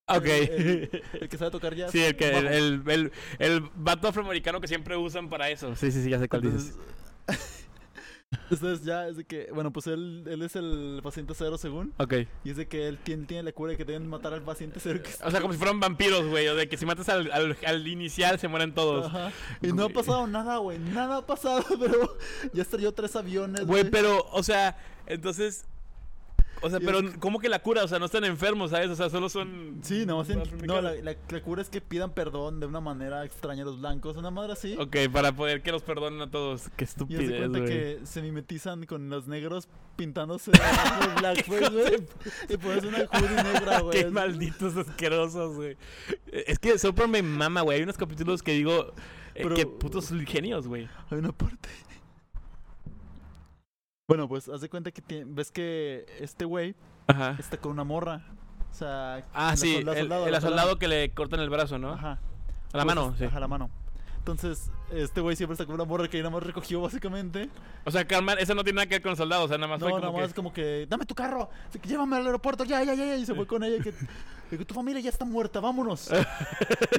S1: Ok.
S2: El, el que sabe tocar ya.
S1: Sí, el, que, el, el, el, el vato afroamericano que siempre usan para eso. Sí, sí, sí, ya sé cuál dices.
S2: Entonces, entonces ya es de que, bueno, pues él, él es el paciente cero según,
S1: Ok.
S2: y es de que él tiene, tiene la cura de que deben matar al paciente cero que
S1: O sea, como si fueran vampiros, güey. O de que si matas al, al, al inicial se mueren todos.
S2: Ajá. Y no ha pasado nada, güey, nada ha pasado, pero ya estrelló tres aviones,
S1: Güey, pero, o sea, entonces. O sea,
S2: Yo-
S1: pero ¿cómo que la cura? O sea, no están enfermos, ¿sabes? O sea, solo son.
S2: Sí, no, sí, no la,
S1: afroamericanos.
S2: la- la cura es que pidan perdón de una manera extraña a los blancos, una madre así.
S1: Ok, para poder que los perdonen a todos. Qué
S2: Y se
S1: estupidez,
S2: cuenta
S1: güey.
S2: que se mimetizan con los negros pintándose de blackface, güey. Y ponerse una hoodie negra, güey.
S1: Qué malditos asquerosos, güey. Es que Super me mama, güey. Hay unos capítulos que digo. eh,
S2: Pero-
S1: qué putos genios, güey.
S2: Hay una parte. Bueno, pues haz de cuenta que ti- ves que este güey
S1: Ajá.
S2: está con una morra. O sea,
S1: Ah,
S2: la
S1: sí.
S2: sol- la
S1: el,
S2: soldado,
S1: el
S2: la
S1: soldado que le cortan el brazo, ¿no?
S2: Ajá.
S1: A la
S2: Pues,
S1: mano, sí.
S2: Ajá, la mano. Entonces, este güey siempre está con una morra que nada más recogió básicamente.
S1: O sea, Carmen, eso no tiene nada que ver con el soldado. O sea, nada más Ah, fue
S2: no,
S1: como
S2: nada
S1: que-
S2: más como que, dame tu carro, Así que, llévame al aeropuerto, ya, ya, ya, ya", Y se fue con ella. y Que, y que tu familia ya está muerta, vámonos.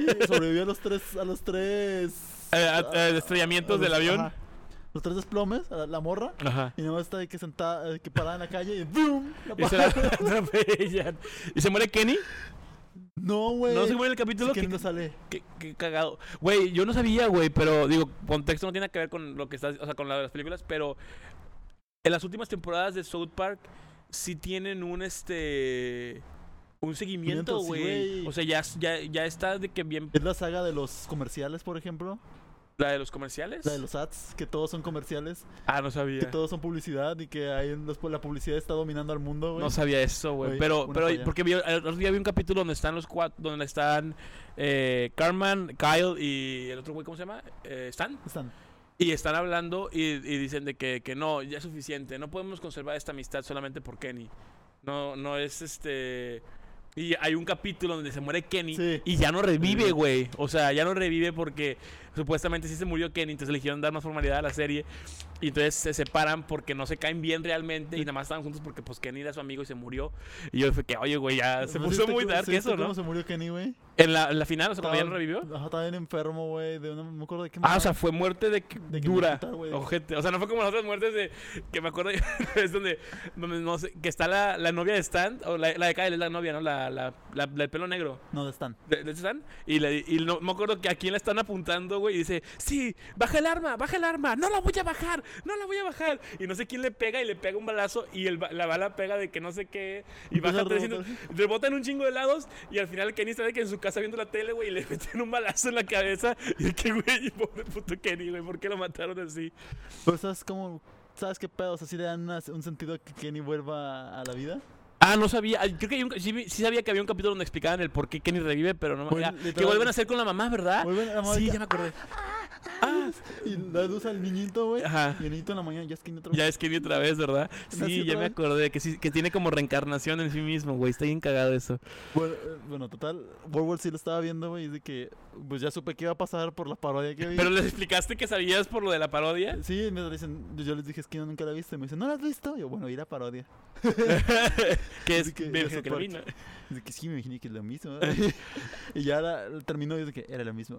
S2: y sobrevivió a los tres, a los tres
S1: Eh, a- a- estrellamientos
S2: a
S1: del
S2: los-
S1: avión.
S2: ajá. Los tres desplomes, a la, la morra.
S1: Ajá.
S2: Y nada más está de que sentada, eh, que parada en la calle y ¡boom! La
S1: Y se la
S2: paja.
S1: atropellan. ¿Y se muere Kenny?
S2: No, güey.
S1: ¿No se muere en el capítulo?
S2: Sí que
S1: ¿Qué-
S2: no sale.
S1: Qué, qué cagado. Güey, yo no sabía, güey, pero digo, contexto no tiene que ver con lo que estás, o sea, con la de las películas, pero en las últimas temporadas de South Park sí tienen un este un seguimiento,
S2: Seguimiento, sí,
S1: güey.
S2: güey.
S1: o sea, ya, ya, ya está de que bien
S2: Es la saga de los comerciales, por ejemplo.
S1: la de los comerciales.
S2: La de los ads, que todos son comerciales,
S1: Ah, no
S2: que
S1: sabía.
S2: todos son publicidad y que ahí en los- la publicidad está dominando al mundo, güey.
S1: No sabía eso, güey.
S2: Güey,
S1: Pero,
S2: una
S1: pero,
S2: joya.
S1: porque vi, el otro día vi un capítulo donde están los cuatro, donde están eh, Carmen, Kyle y el otro güey, ¿cómo se llama? Eh, Stan.
S2: Están.
S1: Y están hablando y, y dicen de que, que no, ya es suficiente, no podemos conservar esta amistad solamente por Kenny. No, no es este... Y hay un capítulo donde se muere Kenny
S2: Sí.
S1: y ya no revive,
S2: Revive.
S1: güey. O sea, ya no revive porque supuestamente sí se murió Kenny, entonces le eligieron dar más formalidad a la serie. Y entonces se separan porque no se caen bien realmente y nada más estaban juntos porque pues Kenny era su amigo y se murió. Y yo dije que, oye, güey, ya Ah, se
S2: ¿No
S1: puso
S2: viste
S1: muy
S2: cómo-
S1: dark
S2: sí viste
S1: eso, ¿no?
S2: ¿Cómo se murió Kenny, güey?
S1: En la, en la final, o sea, cuando ya no
S2: Estaba-
S1: revivió.
S2: Ajá, estaba bien enfermo, güey. de una- No me acuerdo de qué
S1: Ah,
S2: manera.
S1: o sea, fue muerte de que
S2: De que
S1: dura.
S2: matar, güey.
S1: Ojete. O sea, no fue como las otras muertes de. Que me acuerdo. es donde. donde no sé, que está la, la novia de Stan. O la, la de Kyle es la novia, ¿no? La, la, la, la del pelo negro.
S2: No, están.
S1: De, de Stan. Y, le- y no, me acuerdo que a quién la están apuntando, güey. Y dice: Sí, baja el arma, baja el arma. No la voy a bajar, no la voy a bajar. Y no sé quién le pega y le pega un balazo. Y el, ba- la bala pega de que no sé qué. Y
S2: Empieza
S1: baja
S2: a rebotar.
S1: 300. Rebotan un chingo de lados. Y al final Kenny está de que en su casa viendo la tele, güey. Y le meten un balazo en la cabeza. Y el que, güey, pobre puto Kenny, güey. ¿Por qué lo mataron así?
S2: Pero sabes cómo. ¿Sabes qué pedo? O sea, sí le dan una- un sentido a que Kenny vuelva a la vida.
S1: Ah, no sabía. Ah, Creo que hay un ca- sí, vi- sí sabía que había un capítulo donde explicaban el por qué Kenny revive, pero no.
S2: Güey,
S1: ya, que
S2: literal-
S1: vuelven a hacer con la mamá, ¿verdad?
S2: Vuelven a la
S1: Ah, sí,
S2: mamá-
S1: ya me acordé. Ah,
S2: Y la luz al niñito, güey.
S1: Ajá.
S2: Y el niñito en la mañana ya es Kenny otra vez.
S1: Ya es Kenny otra vez, ¿verdad?
S2: Nació
S1: Sí,
S2: otra
S1: ya me
S2: vez.
S1: acordé que, sí, que tiene como reencarnación en sí mismo, güey. Está bien cagado eso.
S2: Bueno, eh, bueno, total, World War sí lo estaba viendo, güey, y de que pues ya supe que iba a pasar por la parodia que vi. Eh,
S1: ¿Pero les explicaste que sabías por lo de la parodia?
S2: Sí, me dicen, yo- yo les dije, es que yo nunca la he visto, y me dicen, ¿no la has visto? Y yo, bueno, ir a parodia.
S1: que es
S2: Sí, que
S1: me
S2: era
S1: imagino que lo
S2: South
S1: vi, ¿no?
S2: Y de que sí, me imaginé que es lo mismo. y ya la, la terminó y de que era lo mismo,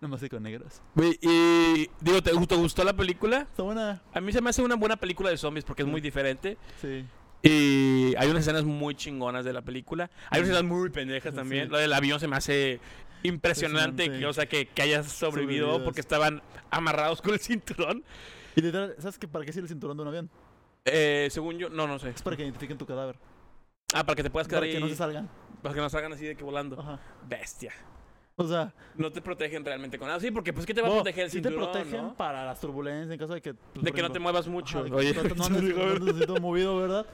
S2: nomás que con negros.
S1: Güey, y digo, ¿te, gustó- gustó la película?
S2: Está buena,
S1: A mí se me hace una buena película de zombies porque es muy diferente.
S2: sí.
S1: Y hay unas escenas muy chingonas de la película. Hay unas escenas muy pendejas también.
S2: Sí.
S1: Lo del avión se me hace impresionante, que, o sea, que, que hayas sobrevivido
S2: Sobrevividos.
S1: porque estaban amarrados con el cinturón.
S2: Y literal, ¿sabes que para qué sirve el cinturón de un avión?
S1: Eh, según yo, no, no sé.
S2: Es para que identifiquen tu cadáver.
S1: Ah, para que te puedas quedar
S2: Para que
S1: ahí,
S2: no se salgan.
S1: para que no salgan así de que volando.
S2: Ajá.
S1: Bestia.
S2: O sea,
S1: No te protegen realmente con nada. Sí, porque pues ¿qué te va a
S2: no,
S1: proteger el
S2: sí
S1: cinturón,
S2: te protegen
S1: ¿no?
S2: para las turbulencias en caso de que... pues,
S1: De
S2: por
S1: que no te
S2: ejemplo,
S1: muevas mucho.
S2: ajá, de que
S1: Oye,
S2: no te- no
S1: sorry,
S2: andes- no
S1: Robert.
S2: andes así todo movido, ¿verdad?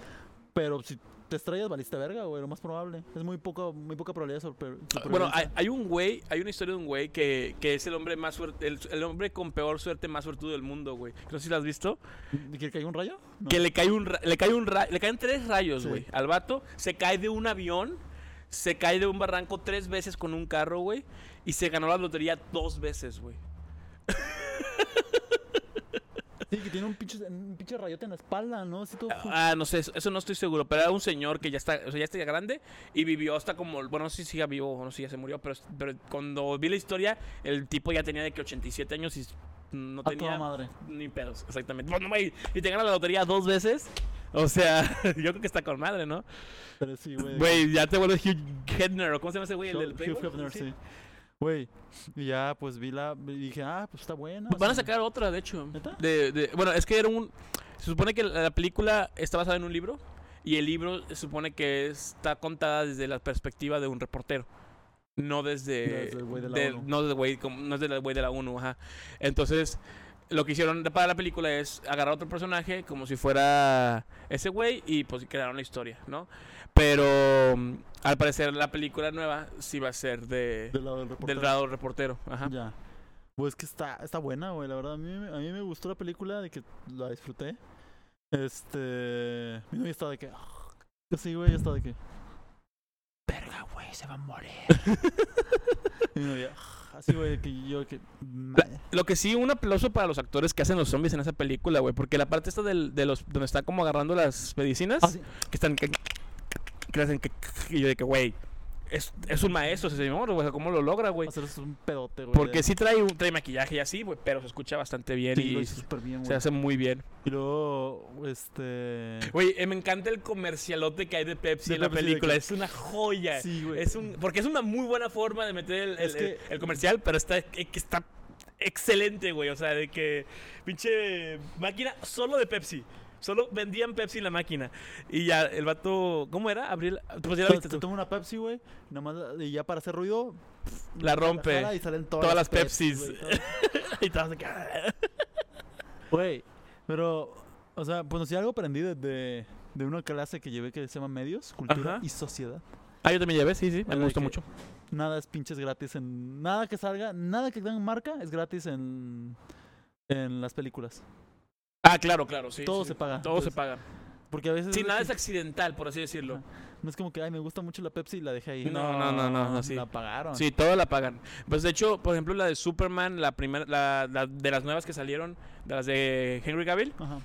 S2: Pero si te estrellas, valiste verga, güey, lo más probable. Es muy, poco, muy poca probabilidad de sobre-
S1: Ah, Bueno,
S2: supervivencia.
S1: hay, hay un güey, hay una historia de un güey que, que es el hombre más suerte, el, el hombre con peor suerte más suertudo del mundo, güey. No sé si lo has visto.
S2: ¿Y ¿Que caiga un rayo? No.
S1: Que le cae un ra- le cae un ra- le caen tres rayos,
S2: Sí.
S1: güey. Al vato se cae de un avión, se cae de un barranco tres veces con un carro, güey, y se ganó la lotería dos veces, güey.
S2: Sí, que tiene un pinche, un pinche rayote en la espalda, ¿no? Así todo...
S1: Ah, no sé, eso, eso no estoy seguro, pero era un señor que ya está, o sea, ya está grande y vivió hasta como, bueno, no sé si siga vivo o no sé si ya se murió, pero, pero cuando vi la historia, el tipo ya tenía de que 87 años y no
S2: a Ah, toda
S1: tenía
S2: madre.
S1: Ni pedos, exactamente. Bueno, güey, y te ganas la lotería dos veces. O sea, yo creo que está con madre, ¿no?
S2: Pero sí, güey.
S1: Güey, ya te vuelves Hugh Hefner, ¿o cómo se llama ese güey? El
S2: Hugh-
S1: del
S2: Hugh
S1: Playboy?
S2: Hefner,
S1: Sí.
S2: sí. Güey, y ya pues vi la... y Dije, ah, pues está buena. o
S1: Van a
S2: sea,
S1: sacar otra, de hecho.
S2: ¿Neta?
S1: De, de- bueno, es que era un. Se supone que la la película está basada en un libro. Y el libro se supone que está contada desde la perspectiva de un reportero. No desde.
S2: Desde el güey de la ONU.
S1: No desde el güey como- no desde el güey de la ONU, ajá. Entonces, lo que hicieron para la película es agarrar otro personaje como si fuera ese güey y pues crearon la historia, ¿no? Pero mm, al parecer la película nueva sí va a ser de,
S2: Del lado del
S1: del
S2: reportero.
S1: lado reportero, ajá.
S2: Ya. Pues que está, está buena, güey. La verdad, a mí, me- a mí me gustó la película, de que la disfruté. Este. Mi novia está de que. "Ah". Sí, güey, está de que. Verga, güey, se va a morir. Mi novia. "Ah". Así, güey, de que yo de que. "Madre".
S1: Lo que sí, un aplauso para los actores que hacen los zombies en esa película, güey. Porque la parte esta del, de los. donde están como agarrando las medicinas.
S2: Ah, sí.
S1: Que están. que, que hacen que. y yo de que, güey. Es, es un maestro ese señor, güey. o sea, ¿Cómo lo logra, güey?
S2: Hacer un pedote, güey.
S1: Porque
S2: de-
S1: sí trae, un, trae maquillaje y así, güey. Pero se escucha bastante bien
S2: Sí, lo
S1: y
S2: hizo súper bien,
S1: se
S2: güey.
S1: hace muy bien.
S2: Y luego, este.
S1: Güey, eh, me encanta el comercialote que hay de Pepsi
S2: De
S1: en la
S2: Pepsi, de
S1: película.
S2: que-
S1: Es una joya.
S2: Sí, güey.
S1: Es un, porque es una muy buena forma de meter el, el-
S2: Es que-
S1: el comercial, pero está, eh, que está excelente, güey. O sea, de que pinche máquina solo de Pepsi. Solo vendían Pepsi en la máquina. Y ya el vato, ¿cómo era? Abril, pues ya la
S2: Entonces,
S1: viste
S2: te
S1: tú.
S2: toma una Pepsi, güey. Nomás, y ya para hacer ruido.
S1: La rompe.
S2: jala Y salen todas,
S1: Todas las Pepsis.
S2: güey, todas-
S1: Y todos de que, "Ah".
S2: Güey, pero, o sea, pues no sé, algo aprendí de, de, de una clase que llevé que se llama Medios, Cultura
S1: Ajá.
S2: y Sociedad.
S1: Ah, yo también llevé, sí, sí.
S2: Algo
S1: Me
S2: de
S1: gustó
S2: que
S1: mucho.
S2: Nada es pinches gratis en. Nada que salga, nada que tengan marca es gratis en. En las películas.
S1: Ah, claro, claro, sí.
S2: todo
S1: sí,
S2: se
S1: sí.
S2: paga.
S1: Todo se
S2: entonces,
S1: paga.
S2: Porque a veces.
S1: Sí,
S2: es de
S1: nada
S2: que-
S1: es accidental, por así decirlo.
S2: No es como que, ay, me gusta mucho la Pepsi y la dejé ahí.
S1: No, no, no, no, no, sí.
S2: La pagaron.
S1: Sí, toda la pagan. Pues de hecho, por ejemplo, la de Superman, la primera, la, la de las nuevas que salieron, de las de Henry Cavill,
S2: Ajá.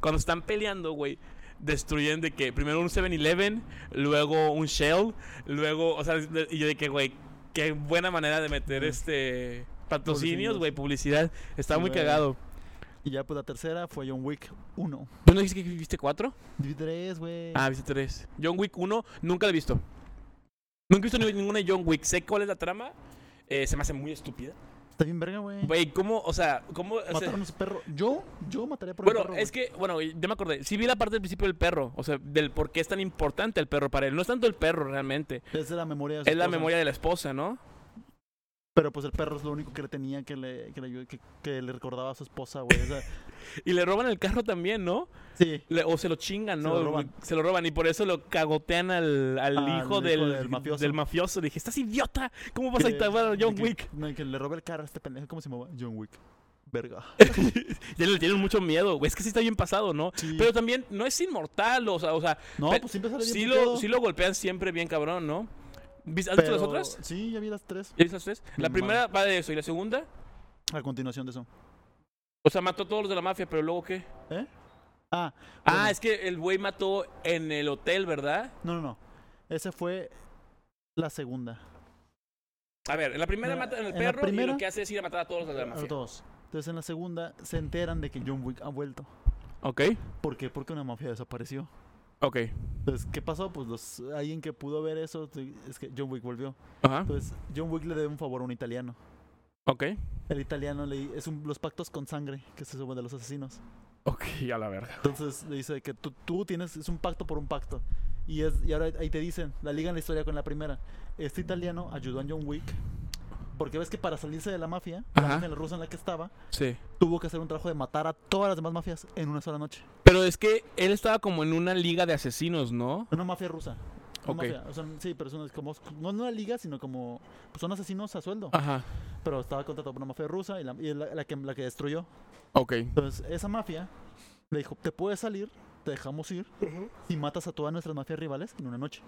S1: cuando están peleando, güey, destruyen de que primero un 7-Eleven, luego un Shell, luego, o sea, de- y yo de que, güey, qué buena manera de meter
S2: Sí.
S1: este patrocinios,
S2: Publicidad.
S1: güey, publicidad. Está
S2: Sí,
S1: muy
S2: güey.
S1: cagado.
S2: Y ya, pues la tercera fue John Wick 1.
S1: ¿Tú no dijiste que viste cuatro?
S2: Vi tres, güey.
S1: Ah, viste tres. John Wick 1, nunca la he visto. Nunca he visto ni- ninguna de John Wick. Sé cuál es la trama. eh, se me hace muy estúpida.
S2: Está bien, verga, güey.
S1: Güey, ¿cómo? O sea, ¿cómo? o sea,
S2: Mataron a su perro. Yo, yo mataría por
S1: Bueno,
S2: mi perro.
S1: es que, bueno, yo me acordé. Sí vi la parte del principio del perro. O sea, del por qué es tan importante el perro para él. No es tanto el perro realmente.
S2: que. Es de la memoria de su
S1: Es la
S2: esposa.
S1: memoria de la esposa, ¿no?
S2: Pero pues el perro es lo único que le tenía que le, que le, ayud- que, que le recordaba a su esposa, güey. O sea,
S1: Y le roban el carro también, ¿no?
S2: sí.
S1: Le- o se lo chingan,
S2: Se
S1: ¿no?
S2: lo roban.
S1: Se lo roban y por eso lo cagotean al, al
S2: Al
S1: hijo,
S2: hijo
S1: del,
S2: del mafioso.
S1: del mafioso. Le dije, estás idiota. ¿Cómo vas a
S2: que-
S1: actuar a John
S2: que-
S1: Wick?
S2: no, que le robé el carro a este pendejo. ¿Cómo se llamaba? John Wick. Verga.
S1: ya le tienen mucho miedo, güey. Es que sí está bien pasado, ¿no?
S2: Sí.
S1: Pero también no es inmortal, o sea, o sea
S2: no,
S1: pe-
S2: pues siempre sale bien
S1: sí, lo,
S2: puteado.
S1: sí lo golpean siempre bien cabrón, ¿no? ¿Vis- ¿Has visto las
S2: Pero-
S1: otras?
S2: Sí, ya vi las tres.
S1: ¿Ya viste las tres? La
S2: Mi
S1: primera va de eso y la segunda
S2: A continuación de eso.
S1: O sea, mató a todos los de la mafia, pero luego qué?
S2: Ah,
S1: Ah,
S2: bueno,
S1: es que el güey mató en el hotel, ¿verdad?
S2: no, no, no. Esa fue la segunda.
S1: A ver, en la primera
S2: No,
S1: mata Ah, en el
S2: en la
S1: perro y lo
S2: primera-
S1: que hace es ir a matar a todos los de la
S2: A
S1: mafia.
S2: dos. Entonces en la segunda se enteran de que John Wick ha vuelto.
S1: Ok.
S2: ¿Por qué? Porque una mafia desapareció.
S1: Ok.
S2: Entonces, ¿qué pasó? Pues los, alguien que pudo ver eso, te- es que John Wick volvió.
S1: Ajá.
S2: Entonces, John Wick le debe un favor a un italiano.
S1: Ok.
S2: El italiano le es un, los pactos con sangre que se suben de los asesinos.
S1: Ok, a la verga.
S2: Entonces le dice que tú, tú tienes, es un pacto por un pacto. Y, es, y ahora ahí te dicen, la ligan la historia con la primera. Este italiano ayudó a John Wick. Porque ves que para salirse de la mafia,
S1: Ajá.
S2: la mafia rusa en la que estaba,
S1: Sí.
S2: tuvo que hacer un trabajo de matar a todas las demás mafias en una sola noche.
S1: Pero es que él estaba como en una liga de asesinos, ¿no?
S2: Una mafia rusa. Una
S1: Ok.
S2: mafia, o sea, sí, pero son como, no en una liga, sino como pues son asesinos a sueldo.
S1: Ajá.
S2: Pero estaba contratado por una mafia rusa y la, y la- la que, la que destruyó.
S1: Ok.
S2: Entonces, esa mafia le dijo, te puedes salir, te dejamos ir y matas a todas nuestras mafias rivales en una noche.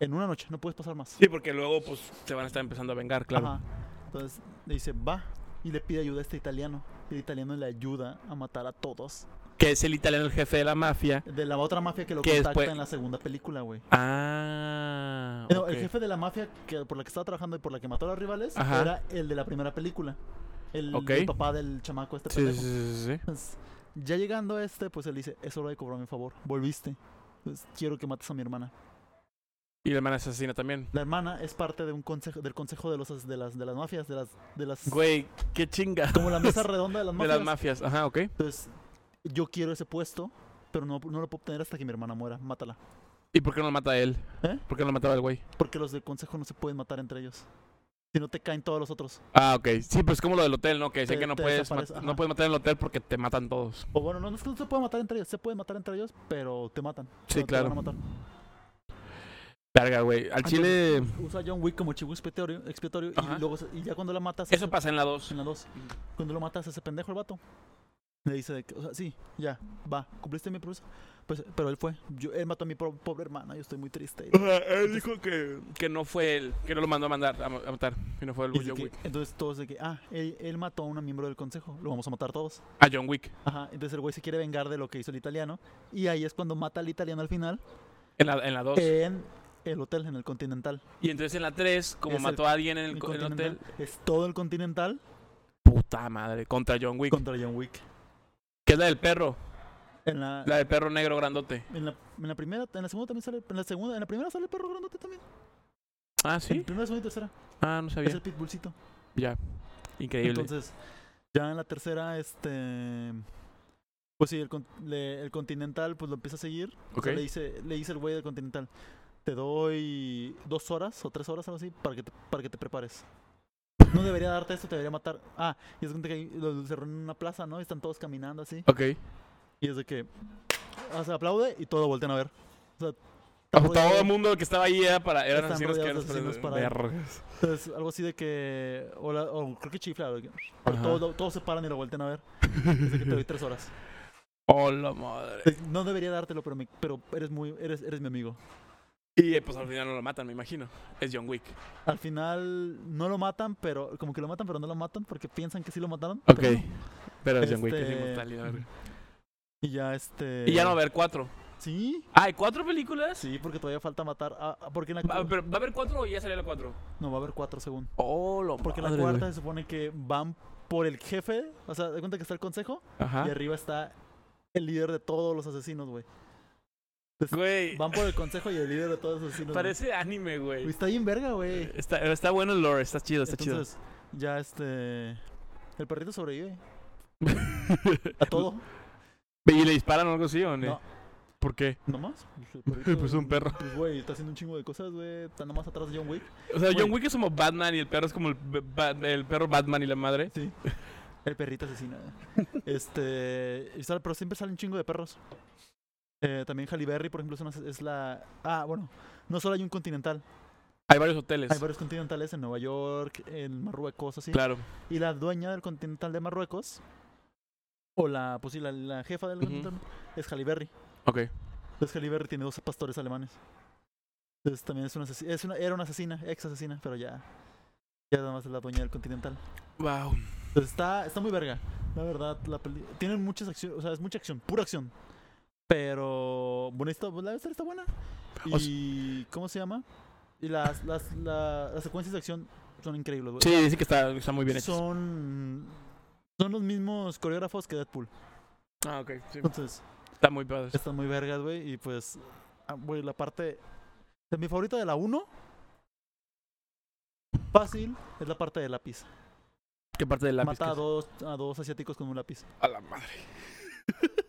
S2: En una noche, no puedes pasar más.
S1: Sí, porque luego pues se van a estar empezando a vengar, claro.
S2: Ajá. Entonces, le dice, va. Y le pide ayuda a este italiano. Y el italiano le ayuda a matar a todos.
S1: Que es el italiano el jefe de la mafia.
S2: De la otra mafia que lo
S1: Que
S2: contacta
S1: después-
S2: en la segunda película, güey.
S1: Ah.
S2: No,
S1: ok.
S2: el jefe de la mafia que, por la que estaba trabajando y por la que mató a los rivales
S1: Ajá.
S2: era el de la primera película. El,
S1: Ok.
S2: el papá del chamaco este
S1: Sí, sí,
S2: pendejo.
S1: sí, sí, sí.
S2: Entonces, Pues, ya llegando a este, pues él dice, es hora de cobrarme un favor. Volviste. Entonces, quiero que mates a mi hermana.
S1: Y la hermana asesina también.
S2: La hermana es parte de un consejo, del consejo de los as- de las de las mafias, de las de las
S1: Güey, qué chinga.
S2: como la mesa redonda de las
S1: De
S2: mafias.
S1: las mafias. Ajá, ok.
S2: Entonces, yo quiero ese puesto, pero no, no lo puedo obtener hasta que mi hermana muera. Mátala.
S1: ¿Y por qué no lo mata él?
S2: ¿Eh?
S1: ¿Por qué no lo mataba el güey?
S2: Porque los del consejo no se pueden matar entre ellos. Si no te caen todos los otros.
S1: Ah, ok. Sí, pero es como lo del hotel, ¿no? Que sé
S2: Te-
S1: que no
S2: te
S1: puedes,
S2: desaparece,
S1: mat-
S2: ajá.
S1: no puedes matar en el hotel porque te matan todos.
S2: O bueno, no, no es que no se pueden matar entre ellos, se pueden matar entre ellos, pero te matan.
S1: Sí,
S2: No te van a
S1: claro.
S2: matar. Ah,
S1: Verga, güey. Al chile.
S2: Usa John Wick como chivo expiatorio, expiatorio
S1: Ajá.
S2: y luego se- y ya cuando la matas
S1: Eso pasa en la 2.
S2: en la 2. Cuando lo matas a ese pendejo el vato. Le dice, de que, o sea, sí, ya, va, cumpliste mi promesa. Pues, pero él fue, yo, él mató a mi pro- pobre hermana, yo estoy muy triste.
S1: él dijo que... que no fue él, que no lo mandó a mandar a, ma- a matar. Que no fue el
S2: Y de
S1: John
S2: que-
S1: Wick.
S2: entonces todos de que, ah, él, él mató a un miembro del consejo, lo vamos a matar todos.
S1: A Ah, John Wick.
S2: Ajá, entonces el güey se quiere vengar de lo que hizo el italiano. Y ahí es cuando mata al italiano al final,
S1: En la, en la 2.
S2: en el hotel, en el Continental.
S1: y entonces en la 3, como
S2: es el-
S1: mató a alguien en el,
S2: El
S1: co- en el
S2: Continental
S1: hotel.
S2: Es todo el Continental
S1: Puta madre. Contra John Wick.
S2: contra John Wick.
S1: Que es la del perro.
S2: En la,
S1: La del perro negro grandote.
S2: en la, en la primera, en la segunda también sale, en la segunda, en la primera sale el perro grandote también.
S1: Ah,
S2: En
S1: sí.
S2: la primera, segunda y tercera.
S1: Ah, no
S2: Es
S1: sabía.
S2: el pitbullcito.
S1: Ya. Increíble.
S2: Entonces, ya en la tercera, este. Pues sí, el, con- le- el Continental pues lo empieza a seguir. O sea,
S1: Ok.
S2: le, dice, le dice el güey del Continental: Te doy dos horas o tres horas, algo así, para que te, para que te prepares. No debería darte esto, te debería matar. Ah, y es que ahí los los cerraron en una plaza, ¿no? Y están todos caminando así.
S1: ok.
S2: Y es de que. O sea, aplaude y todo voltean a ver. O sea,
S1: Ah, pues,
S2: están
S1: Todo
S2: rodeados-
S1: el mundo que estaba ahí era para, eran
S2: Están
S1: asesinos que eran
S2: rodeados de asesinos para-
S1: Vergas.
S2: Entonces, algo así de que. O, la- o creo que chifla. de que-
S1: Ajá.
S2: Todos, lo- todos se paran y lo voltean a ver. Es de que te doy tres horas.
S1: Oh, la madre.
S2: Eh, No debería dártelo, pero, mi- pero eres muy eres, eres mi amigo.
S1: Y eh, pues al final no lo matan, me imagino. Es John Wick.
S2: Al final no lo matan, pero como que lo matan, pero no lo matan porque piensan que sí lo mataron.
S1: Ok.
S2: pero no.
S1: Pero es John Wick, es
S2: Este-
S1: inmortal y la verga.
S2: Y ya este.
S1: Y ya no va a haber cuatro.
S2: Sí,
S1: Ah, ¿hay cuatro películas?
S2: sí, porque todavía falta matar a. a- Porque en la
S1: Ah, pero ¿Va a haber cuatro o ya salió la cuatro?
S2: No, va a haber cuatro según.
S1: Oh, lo
S2: Porque en la
S1: madre,
S2: cuarta
S1: güey.
S2: se supone que van por el jefe. O sea, de cuenta que está el consejo.
S1: Ajá.
S2: Y arriba está el líder de todos los asesinos, güey.
S1: Güey,
S2: Van por el consejo y el líder de todos los asesinos. güey.
S1: parece anime,
S2: Güey,
S1: güey.
S2: Está bien verga, güey.
S1: Está, está bueno el lore, está chido, está
S2: Entonces, ya este. El perrito sobrevive
S1: chido.
S2: a todo.
S1: ¿Y le disparan o algo así o no?
S2: No.
S1: ¿Por qué?
S2: ¿No más?
S1: Pues un perro.
S2: Pues, güey, está haciendo un chingo de cosas, güey. Está nomás atrás de John Wick.
S1: O sea, John
S2: Güey.
S1: Wick es como Batman y el perro es como el, b- ba- el perro Batman y la madre.
S2: Sí. El perrito asesina. este. y sale- pero siempre sale un chingo de perros. Eh, también Halle Berry, por ejemplo, es, una- es la. Ah, bueno. No solo hay un continental.
S1: Hay varios hoteles.
S2: Hay varios continentales en Nueva York, en Marruecos, así.
S1: Claro.
S2: Y la dueña del continental de Marruecos. O la. Pues sí, la, la jefa del
S1: Ujú.
S2: continental. Es Halle Berry.
S1: Ok.
S2: Entonces Pues Halle Berry tiene dos pastores alemanes. Entonces también es una, asesi- es una era una asesina, ex asesina, pero ya ya nada más es la dueña del continental.
S1: Wow.
S2: Entonces está está muy verga, la verdad, la peli tienen muchas acciones, o sea, es mucha acción, pura acción. Pero bueno, esto, la historia está buena.
S1: O sea-
S2: Y ¿cómo se llama? Y las las la- las secuencias de acción son increíbles, güey.
S1: Sí, dice que está, está muy bien hecho.
S2: son son los mismos coreógrafos que Deadpool.
S1: Ah, ok. sí.
S2: Entonces,
S1: Está muy padre.
S2: Están muy vergas, güey. Y pues, ah, güey, la parte. De mi favorita de la 1. Fácil es la parte del lápiz.
S1: ¿Qué parte del lápiz?
S2: Mata
S1: que
S2: a
S1: es?
S2: dos, a dos asiáticos con un lápiz.
S1: A la madre.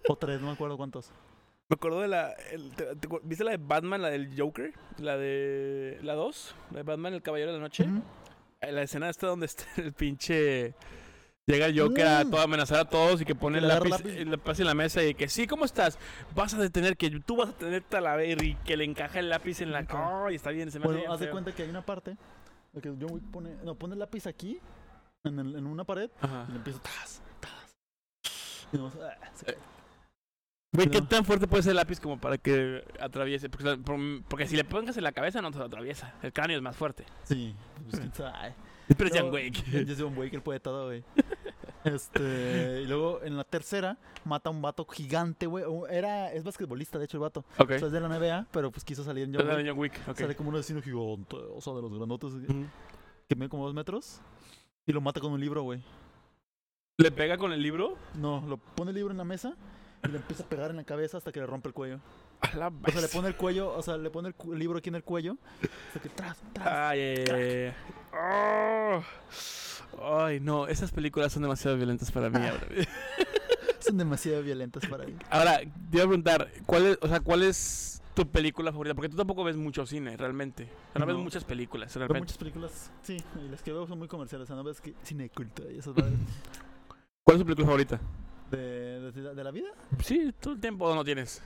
S2: O tres, no me acuerdo cuántos.
S1: Me acuerdo de la. el- te- te acuer- ¿Viste la de Batman, la del Joker? La de. La 2. La de Batman, el Caballero de la Noche.
S2: Ujú.
S1: Eh, La escena esta donde está el pinche. Llega el Joker a
S2: Mm.
S1: todo, amenazar a todos y que pone
S2: Que
S1: el
S2: le agarra
S1: lápiz,
S2: lápiz.
S1: el lápiz en la mesa y que sí, ¿cómo estás? Vas a detener que tú vas a tener Talaberry que le encaja el lápiz en la.
S2: Ok.
S1: ¡Ay, está bien! Se me hace
S2: Bueno,
S1: bien
S2: haz de
S1: feo.
S2: cuenta que hay una parte. de que John Wick pone. No, pone el lápiz aquí. En, el- en una pared.
S1: Ajá.
S2: Y le empieza. Tas, tas. Y nomás, ah,
S1: Eh.
S2: se-
S1: Güey, ¿qué
S2: No.
S1: tan fuerte puede ser el lápiz como para que atraviese? Porque, la- por- porque si le pongas en la cabeza no te lo atraviesa. El cráneo es más fuerte.
S2: Sí. Pues, quién sabe.
S1: Pero es
S2: No,
S1: John Wick.
S2: Yo soy un güey que el puede todo, güey. Este, y luego en la tercera mata a un vato gigante, güey. Un- Era, es basquetbolista, de hecho, el vato.
S1: Ok.
S2: O sea, es de la NBA, pero pues quiso salir en John Wick.
S1: John Wick. ok.
S2: Sale como un vecino gigante, o sea, de los grandotes, güey,
S1: Ujú.
S2: que mide como dos metros. Y lo mata con un libro, güey.
S1: ¿Le pega con el libro?
S2: No, lo pone el libro en la mesa y le empieza a pegar en la cabeza hasta que le rompe el cuello.
S1: A la
S2: O sea, le pone el cuello, o sea, le pone el, cu- el libro aquí en el cuello. Hasta que tras, tras.
S1: Ay, ay, ay, ay. Oh. Ay, no, esas películas son demasiado violentas para mí. Ahora,
S2: Son demasiado violentas para mí.
S1: Ahora, te iba a preguntar, ¿cuál es, o sea, ¿cuál es tu película favorita? Porque tú tampoco ves mucho cine, realmente. O sea, no, ves
S2: No.
S1: muchas películas,
S2: Pero
S1: realmente.
S2: muchas películas, sí, y las que veo son muy comerciales, o sea, no ves que cine de culto y esas madres.
S1: ¿Cuál es tu película favorita?
S2: de, de, de la vida.
S1: Sí, todo el tiempo no tienes.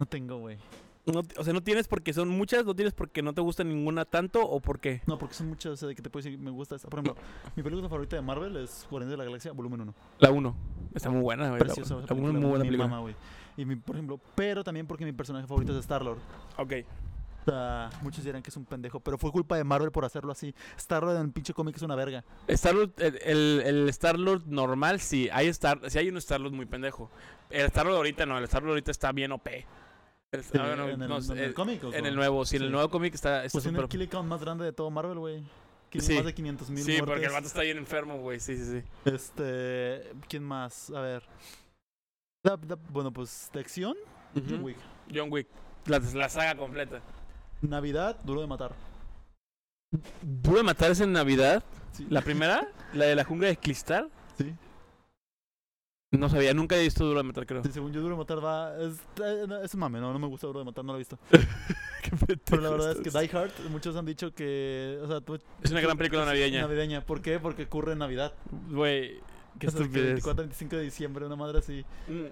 S2: No tengo, güey.
S1: No ti- o sea, no tienes porque son muchas, no tienes porque no te gusta ninguna tanto o por qué.
S2: No, porque son muchas, o sea, de que te puedo decir, me gusta esta. Por ejemplo, mi película favorita de Marvel es Guardianes de la Galaxia, volumen 1.
S1: La 1. Está muy buena, güey. la-
S2: Preciosa,
S1: la
S2: esa
S1: uno es
S2: película,
S1: muy buena
S2: mi
S1: película.
S2: mamá, güey. Y mi, por ejemplo, pero también porque mi personaje favorito es Star-Lord.
S1: Ok.
S2: O sea, muchos dirán que es un pendejo, pero fue culpa de Marvel por hacerlo así. Star-Lord en el pinche cómic es una verga.
S1: Star-Lord, el, el, el Star-Lord normal, sí. Hay Star, sí hay un Star-Lord muy pendejo. El Star-Lord ahorita no, el Star-Lord ahorita está bien OP. El Star- ah, no,
S2: en el,
S1: no,
S2: en el
S1: eh,
S2: cómic, ¿o
S1: en el
S2: cómo?
S1: nuevo, sí, en el
S2: Sí.
S1: nuevo cómic está está
S2: Pues tiene
S1: súper...
S2: el kill count más grande de todo Marvel, güey. Que
S1: Sí.
S2: Más de 500 mil
S1: sí, porque el vato está bien enfermo, güey. Sí, sí, sí.
S2: Este, ¿quién más? A ver. Da- da- bueno, pues de acción, John Wick.
S1: John Wick. La, la saga completa.
S2: Navidad, duro de matar.
S1: ¿Duro de matar es en Navidad?
S2: Sí.
S1: ¿La primera? ¿La de la jungla de cristal?
S2: Sí.
S1: No sabía, nunca he visto Duro de matar, creo.
S2: Sí, según yo, duro de matar va. Es, eh, no, es un mame, no, no me gusta duro de matar, no lo he visto.
S1: Qué pendejo
S2: Pero la verdad es
S1: estás.
S2: que Die Hard, muchos han dicho que. O sea, tú-
S1: Es una gran película navideña.
S2: Navideña. ¿Por qué? Porque ocurre en Navidad.
S1: Güey, qué
S2: O sea, que
S1: estupidez.
S2: 24, 25 de diciembre, una madre así. Mm,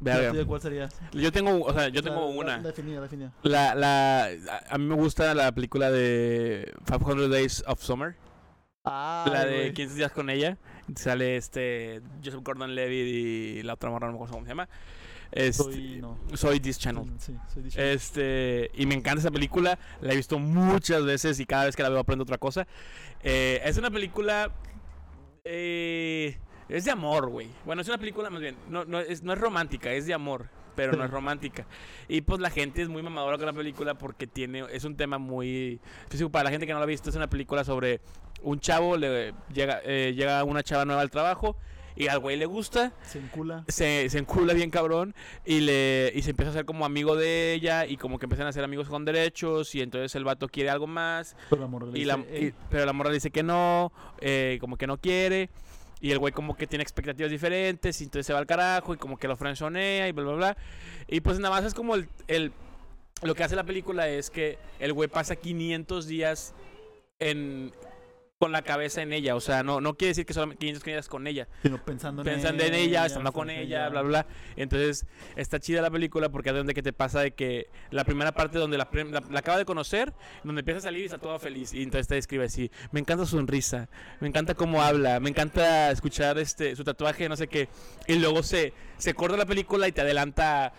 S1: Verga.
S2: ¿La tuya ¿Cuál sería?
S1: Yo tengo, o sea, yo
S2: La-
S1: tengo
S2: la-
S1: una.
S2: La, definida, la definida.
S1: La, la, a- a mí me gusta la película de 500 Days of Summer.
S2: Ah,
S1: la de 15 días con ella. Sale este Joseph Gordon-Levitt y la otra morra, no me acuerdo cómo se llama. Este,
S2: Soy. No.
S1: Soy This Channel.
S2: Sí, soy dicho.
S1: Este, y me encanta esa película. La he visto muchas veces y cada vez que la veo aprendo otra cosa. Eh, es una película. eh, es de amor, güey. Bueno, es una película más bien. No, no, es, no es romántica, es de amor. Pero no es romántica. Y pues la gente es muy mamadora con la película porque tiene. Es un tema muy. Físico, para la gente que no la ha visto, es una película sobre un chavo. Le, llega, eh, llega una chava nueva al trabajo. Y al güey le gusta
S2: Se encula.
S1: se, se encula bien cabrón y le y se empieza a hacer como amigo de ella y como que empiezan a ser amigos con derechos y entonces el vato quiere algo más
S2: Pero amor, le
S1: y la,
S2: dice,
S1: y-
S2: "Ey,
S1: pero la morra le dice que no eh, como que no quiere y el güey como que tiene expectativas diferentes y entonces se va al carajo y como que lo frenzonea y bla bla bla y pues nada más es como el, el- lo que hace la película es que el güey pasa 500 días en con la cabeza en ella, o sea, no, no quiere decir que solamente 500 días con ella,
S2: sino pensando en
S1: pensando en ella, estando con ella, bla, bla. Entonces, está chida la película porque es donde que te pasa de que la primera parte donde la, prim- la- la acaba de conocer, donde empieza a salir y está toda feliz. Y entonces te describe así, me encanta su sonrisa, me encanta cómo habla, me encanta escuchar este su tatuaje, no sé qué. Y luego se, se corta la película y te adelanta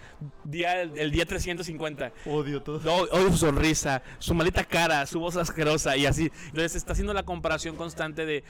S1: día, el día 350.
S2: Odio todo.
S1: No, odio su sonrisa, su maleta cara, su voz asquerosa y así. Entonces está haciendo la comparación constante de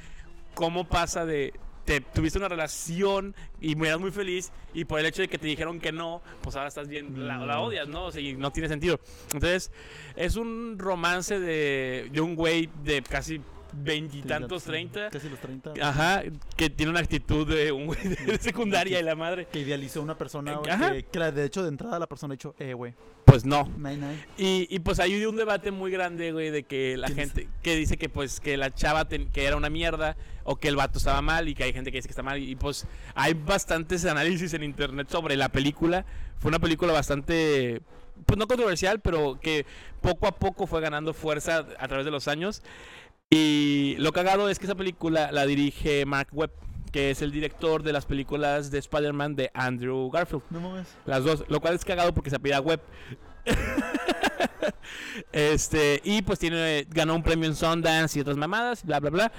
S1: cómo pasa de te tuviste una relación y me eras muy feliz y por el hecho de que te dijeron que no, pues ahora estás bien, la, la odias, ¿no? O sea, y no tiene sentido. Entonces es un romance de, de un güey de casi veintitantos, treinta.
S2: Casi los 30.
S1: Ajá, que tiene una actitud de un güey de secundaria y la madre.
S2: Que idealizó una persona, güey,
S1: Ajá.
S2: que, que la- de hecho de entrada la persona ha dicho, eh, güey,
S1: Pues no.
S2: nine, nine.
S1: Y, y pues hay un debate muy grande, güey, de que la
S2: ¿Quién es?
S1: gente que dice que pues que la chava ten- que era una mierda o que el vato estaba mal y que hay gente que dice que está mal y pues hay bastantes análisis en internet sobre la película. Fue una película bastante pues no controversial, pero que poco a poco fue ganando fuerza a través de los años. Y lo cagado es que esa película la dirige Mark Webb, que es el director de las películas de Spider-Man de Andrew Garfield.
S2: No mames.
S1: Las dos, lo cual es cagado porque se apellida Web. este, y pues tiene ganó un premio en Sundance y otras mamadas, bla bla bla.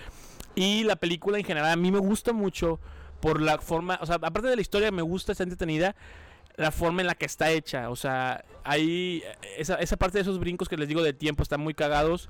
S1: Y la película en general a mí me gusta mucho por la forma, o sea, aparte de la historia me gusta, está entretenida la forma en la que está hecha, o sea, ahí esa, esa parte de esos brincos que les digo de tiempo están muy cagados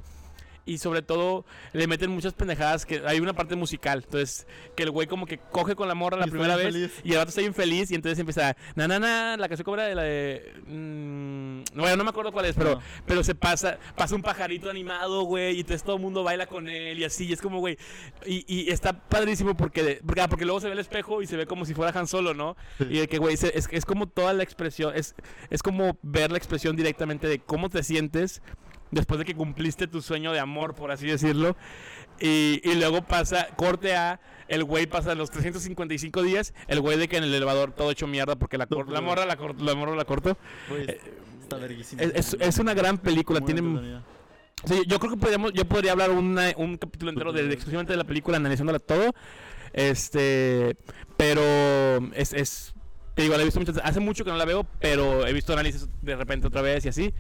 S1: y sobre todo le meten muchas pendejadas que hay una parte musical, entonces que el güey como que coge con la morra
S2: Y
S1: la
S2: está
S1: primera vez
S2: bien feliz.
S1: y el vato está infeliz y entonces empieza na na na la canción cobra de la de mm, bueno, no me acuerdo cuál es, pero
S2: No.
S1: pero se pasa pasa un pajarito animado, güey, y entonces todo el mundo baila con él y así, y es como güey, y, y está padrísimo porque porque, ah, porque luego se ve el espejo y se ve como si fuera Han Solo, ¿no?
S2: Sí.
S1: Y de que, güey, se- es, es como toda la expresión, es, es como ver la expresión directamente de cómo te sientes después de que cumpliste tu sueño de amor, por así decirlo. Y, y luego pasa, corte a, el güey pasa los 355 días, el güey de que en el elevador todo hecho mierda porque la, cor- la morra la, cor- la morra la cortó.
S2: Güey,
S1: Eh,
S2: está verguísima.
S1: Es, es- es una gran película,
S2: Muy
S1: tiene...
S2: entretenida.
S1: o sea, yo creo que podríamos, yo podría hablar una- un capítulo entero de, de- exclusivamente de la película, analizándola todo. Este, pero es, es te digo, la he visto muchas hace mucho que no la veo, pero he visto análisis de repente otra vez y así.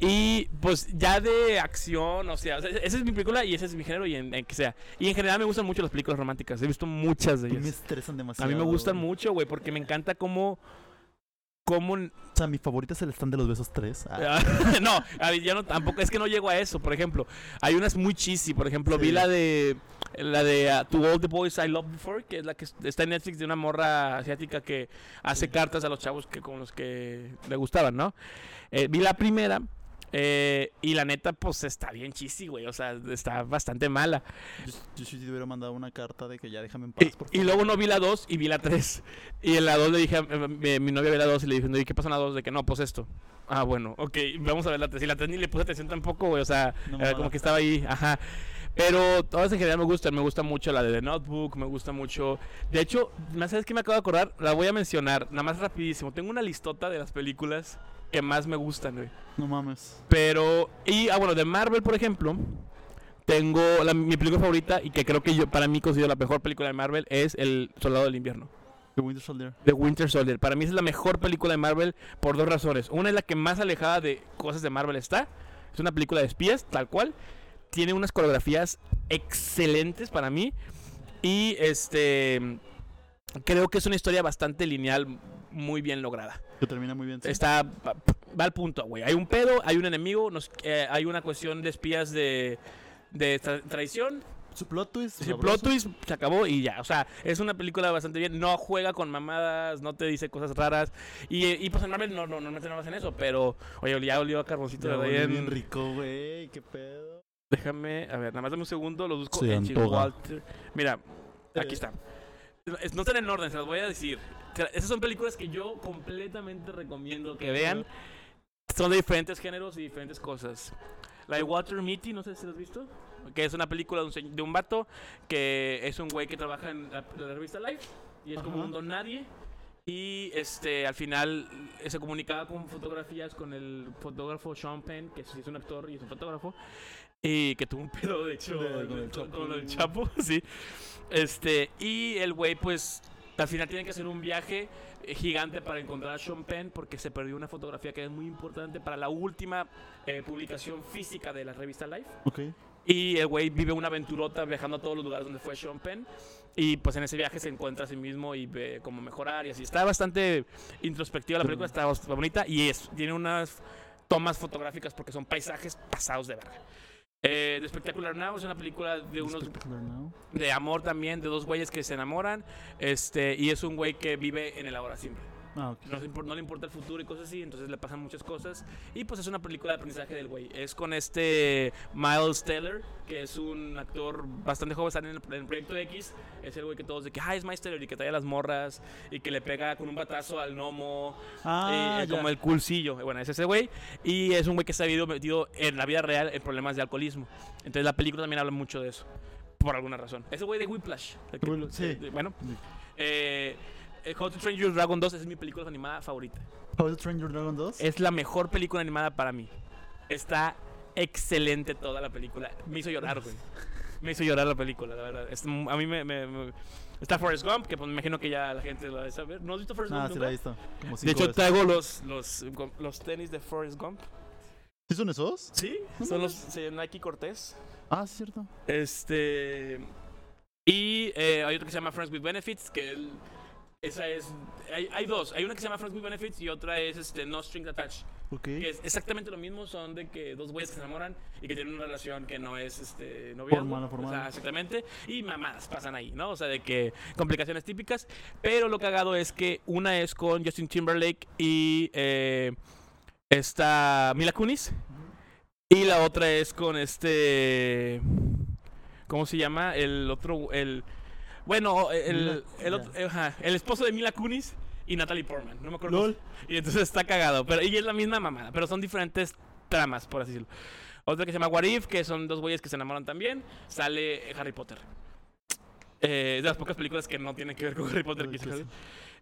S1: Y pues ya de acción, o sea, o sea, esa es mi película y ese es mi género y en, en que sea. Y en general me gustan mucho las películas románticas, he visto muchas de
S2: A mí me
S1: ellas.
S2: estresan
S1: A
S2: demasiado.
S1: mí me gustan
S2: güey.
S1: mucho, güey, porque me encanta cómo cómo
S2: O sea, mi favorita es el stand de los besos 3. Ah,
S1: no, a ver, ya no, tampoco, es que no llego a eso, por ejemplo. Hay unas muy cheesy, por ejemplo, vi
S2: Sí.
S1: la de la de ah, To All the Boys I Loved Before, que es la que está en Netflix de una morra asiática que hace cartas a los chavos que con los que le gustaban, ¿no? Eh, vi la primera eh, y la neta, pues está bien cheesy, güey, o sea, está bastante mala.
S2: yo, yo sí te hubiera mandado una carta de que ya déjame en
S1: Y-
S2: paz, por
S1: Y,
S2: favor.
S1: luego no vi la 2 y vi la 3. Y en la 2 le dije a a mi, mi novia, ve la 2 y le dije, "No, ¿y qué pasa en la 2? De que no, pues esto. Ah, bueno, ok, vamos a ver la 3. Y la 3 ni le puse atención tampoco, güey, o sea,
S2: No,
S1: era
S2: no,
S1: eh, como
S2: no.
S1: que estaba ahí, ajá. Pero todas en general me gustan, me gusta mucho la de The Notebook, me gusta mucho. De hecho, más sabes que me acabo de acordar, la voy a mencionar, nada más rapidísimo. Tengo una listota de las películas que más me gustan, güey.
S2: No mames.
S1: Pero, y, ah, bueno, de Marvel, por ejemplo, tengo la- mi película favorita y que creo que yo, para mí, considero la mejor película de Marvel, es El Soldado del Invierno,
S2: The Winter Soldier.
S1: The Winter Soldier. Para mí esa es la mejor película de Marvel por dos razones. Una es la que más alejada de cosas de Marvel está. Es una película de espías, tal cual. Tiene unas coreografías excelentes para mí. Y este. Creo que es una historia bastante lineal, muy bien lograda.
S2: Que termina muy bien. ¿sí?
S1: Está. Va va al punto, güey. Hay un pedo, hay un enemigo, nos- eh, hay una cuestión de espías de, de tra- traición.
S2: Su plot twist.
S1: Sí,
S2: sabroso.
S1: plot twist, se acabó y ya. O sea, es una película bastante bien. No juega con mamadas, no te dice cosas raras. Y, eh, y pues en Marvel no, no, no meten nada más en eso. Pero, oye, ya olió a carboncito.
S2: Ya
S1: de
S2: volví
S1: ahí en-
S2: bien rico, güey. Qué pedo.
S1: Déjame, a ver, nada más dame un segundo, lo busco
S2: Se
S1: en
S2: antoja.
S1: Walter. Mira, aquí
S2: Eh.
S1: está. Es- No están en orden, se las voy a decir. Se la- Esas son películas que yo completamente recomiendo que vean. Son de diferentes géneros y diferentes cosas. La de Walter Mitty, no sé si la has visto. Que es una película de un, se- de un vato que es un güey que trabaja en la, la revista Life y es como
S2: Ajá.
S1: un don nadie. Y este, al final eh, se comunicaba con fotografías con el fotógrafo Sean Penn, que sí es un actor y es un fotógrafo, y que tuvo un pedo, de hecho, con,
S2: De- con el
S1: con-
S2: Chapo.
S1: con el Chapo, sí. Este, y el güey, pues, al final tiene que hacer un viaje eh, gigante para encontrar a Sean Penn porque se perdió una fotografía que es muy importante para la última eh, publicación física de la revista Life.
S2: Ok.
S1: Y el güey vive una aventurota viajando a todos los lugares donde fue Sean Penn. Y pues en ese viaje se encuentra a sí mismo y ve cómo mejorar y así. Está bastante introspectiva la
S2: Pero-
S1: película, está bast- bonita y es, tiene unas tomas fotográficas porque son paisajes pasados de verga. Eh, The Spectacular Now es una película de unos
S2: Spectacular Now.
S1: de amor también, de dos güeyes que se enamoran. Este, y es un güey que vive en el ahora siempre.
S2: Ah, ok.
S1: No, se impor- no le importa el futuro y cosas así, entonces le pasan muchas cosas. Y pues es una película de aprendizaje del güey. Es con este Miles Teller, que es un actor bastante joven, está en el, en el proyecto X. Es el güey que todos de que, ah, es Miles Teller y que trae a las morras y que le pega con un batazo al gnomo.
S2: Ah,
S1: y, eh,
S2: ya.
S1: como el culcillo. Bueno, es ese güey. Y es un güey que se ha habido metido en la vida real en problemas de alcoholismo. Entonces la película también habla mucho de eso. Por alguna razón. Ese güey de Whiplash. el que-
S2: Whiplash, sí.
S1: eh, de- bueno. Eh, eh, How to Train Your Dragon 2 es mi película animada favorita.
S2: How to Train Your Dragon 2.
S1: Es la mejor película animada para mí. Está excelente toda la película. Me hizo llorar, güey. Me hizo llorar la película, la verdad. Es- a mí me, me- me- Está Forrest Gump, que pues, me imagino que ya la gente lo debe saber. ¿No has visto Forrest
S2: Ah,
S1: Gump?
S2: sí
S1: nunca?
S2: la he visto. Como
S1: De
S2: cinco
S1: hecho,
S2: veces.
S1: traigo los, los, los tenis de Forrest Gump.
S2: ¿Sí son esos?
S1: Sí, son los de Nike Cortés.
S2: Ah, sí, es cierto.
S1: Este. Y eh, hay otro que se llama Friends with Benefits, que el- esa es. Hay, hay dos. Hay una que se llama Friends with Benefits y otra es este, No Strings Attached.
S2: Ok.
S1: Que es exactamente lo mismo, son de que dos güeyes que se enamoran y que tienen una relación que no es este noviazgo.
S2: Formal,
S1: o sea,
S2: formal.
S1: exactamente. Y mamadas pasan ahí, ¿no? O sea, de que complicaciones típicas. Pero lo cagado es que una es con Justin Timberlake y eh, está Mila Kunis. Y la otra es con este. ¿Cómo se llama? El otro. El, bueno, el,
S2: Mila-
S1: el, otro- ajá, el esposo de Mila Kunis y Natalie Portman. No me acuerdo.
S2: LOL.
S1: Y entonces está cagado. Pero, y es la misma mamada, pero son diferentes tramas, por así decirlo. Otra que se llama Warif, que son dos güeyes que se enamoran también. Sale Harry Potter. Eh, es de las pocas películas que no tienen que ver con Harry Potter. que hizo Harry.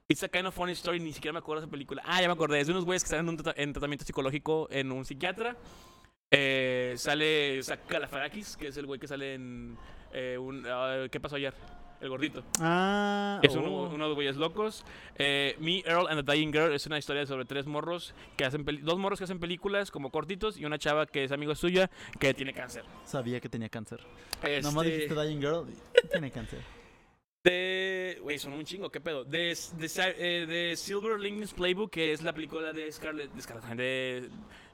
S1: It's a kind of funny story, ni siquiera me acuerdo de esa película. Ah, ya me acordé. Es de unos güeyes que están en, un trata- en tratamiento psicológico en un psiquiatra. Eh, sale Zac Galifianakis, que es el güey que sale en... eh, un- ah, ¿Qué pasó ayer? El gordito.
S2: Ah,
S1: Es uno,
S2: oh.
S1: uno de los güeyes locos. Eh, Me, Earl and the Dying Girl es una historia sobre tres morros que hacen peli- dos morros que hacen películas como cortitos y una chava que es amiga suya que tiene cáncer.
S2: Sabía que tenía cáncer. Nomás dijiste
S1: Este,
S2: Dying Girl. Tiene cáncer.
S1: de, güey, son un chingo, qué pedo. De, de, Sa- eh, de Silver Linings Playbook, que es la película de Scarlett, de, Scarlett, de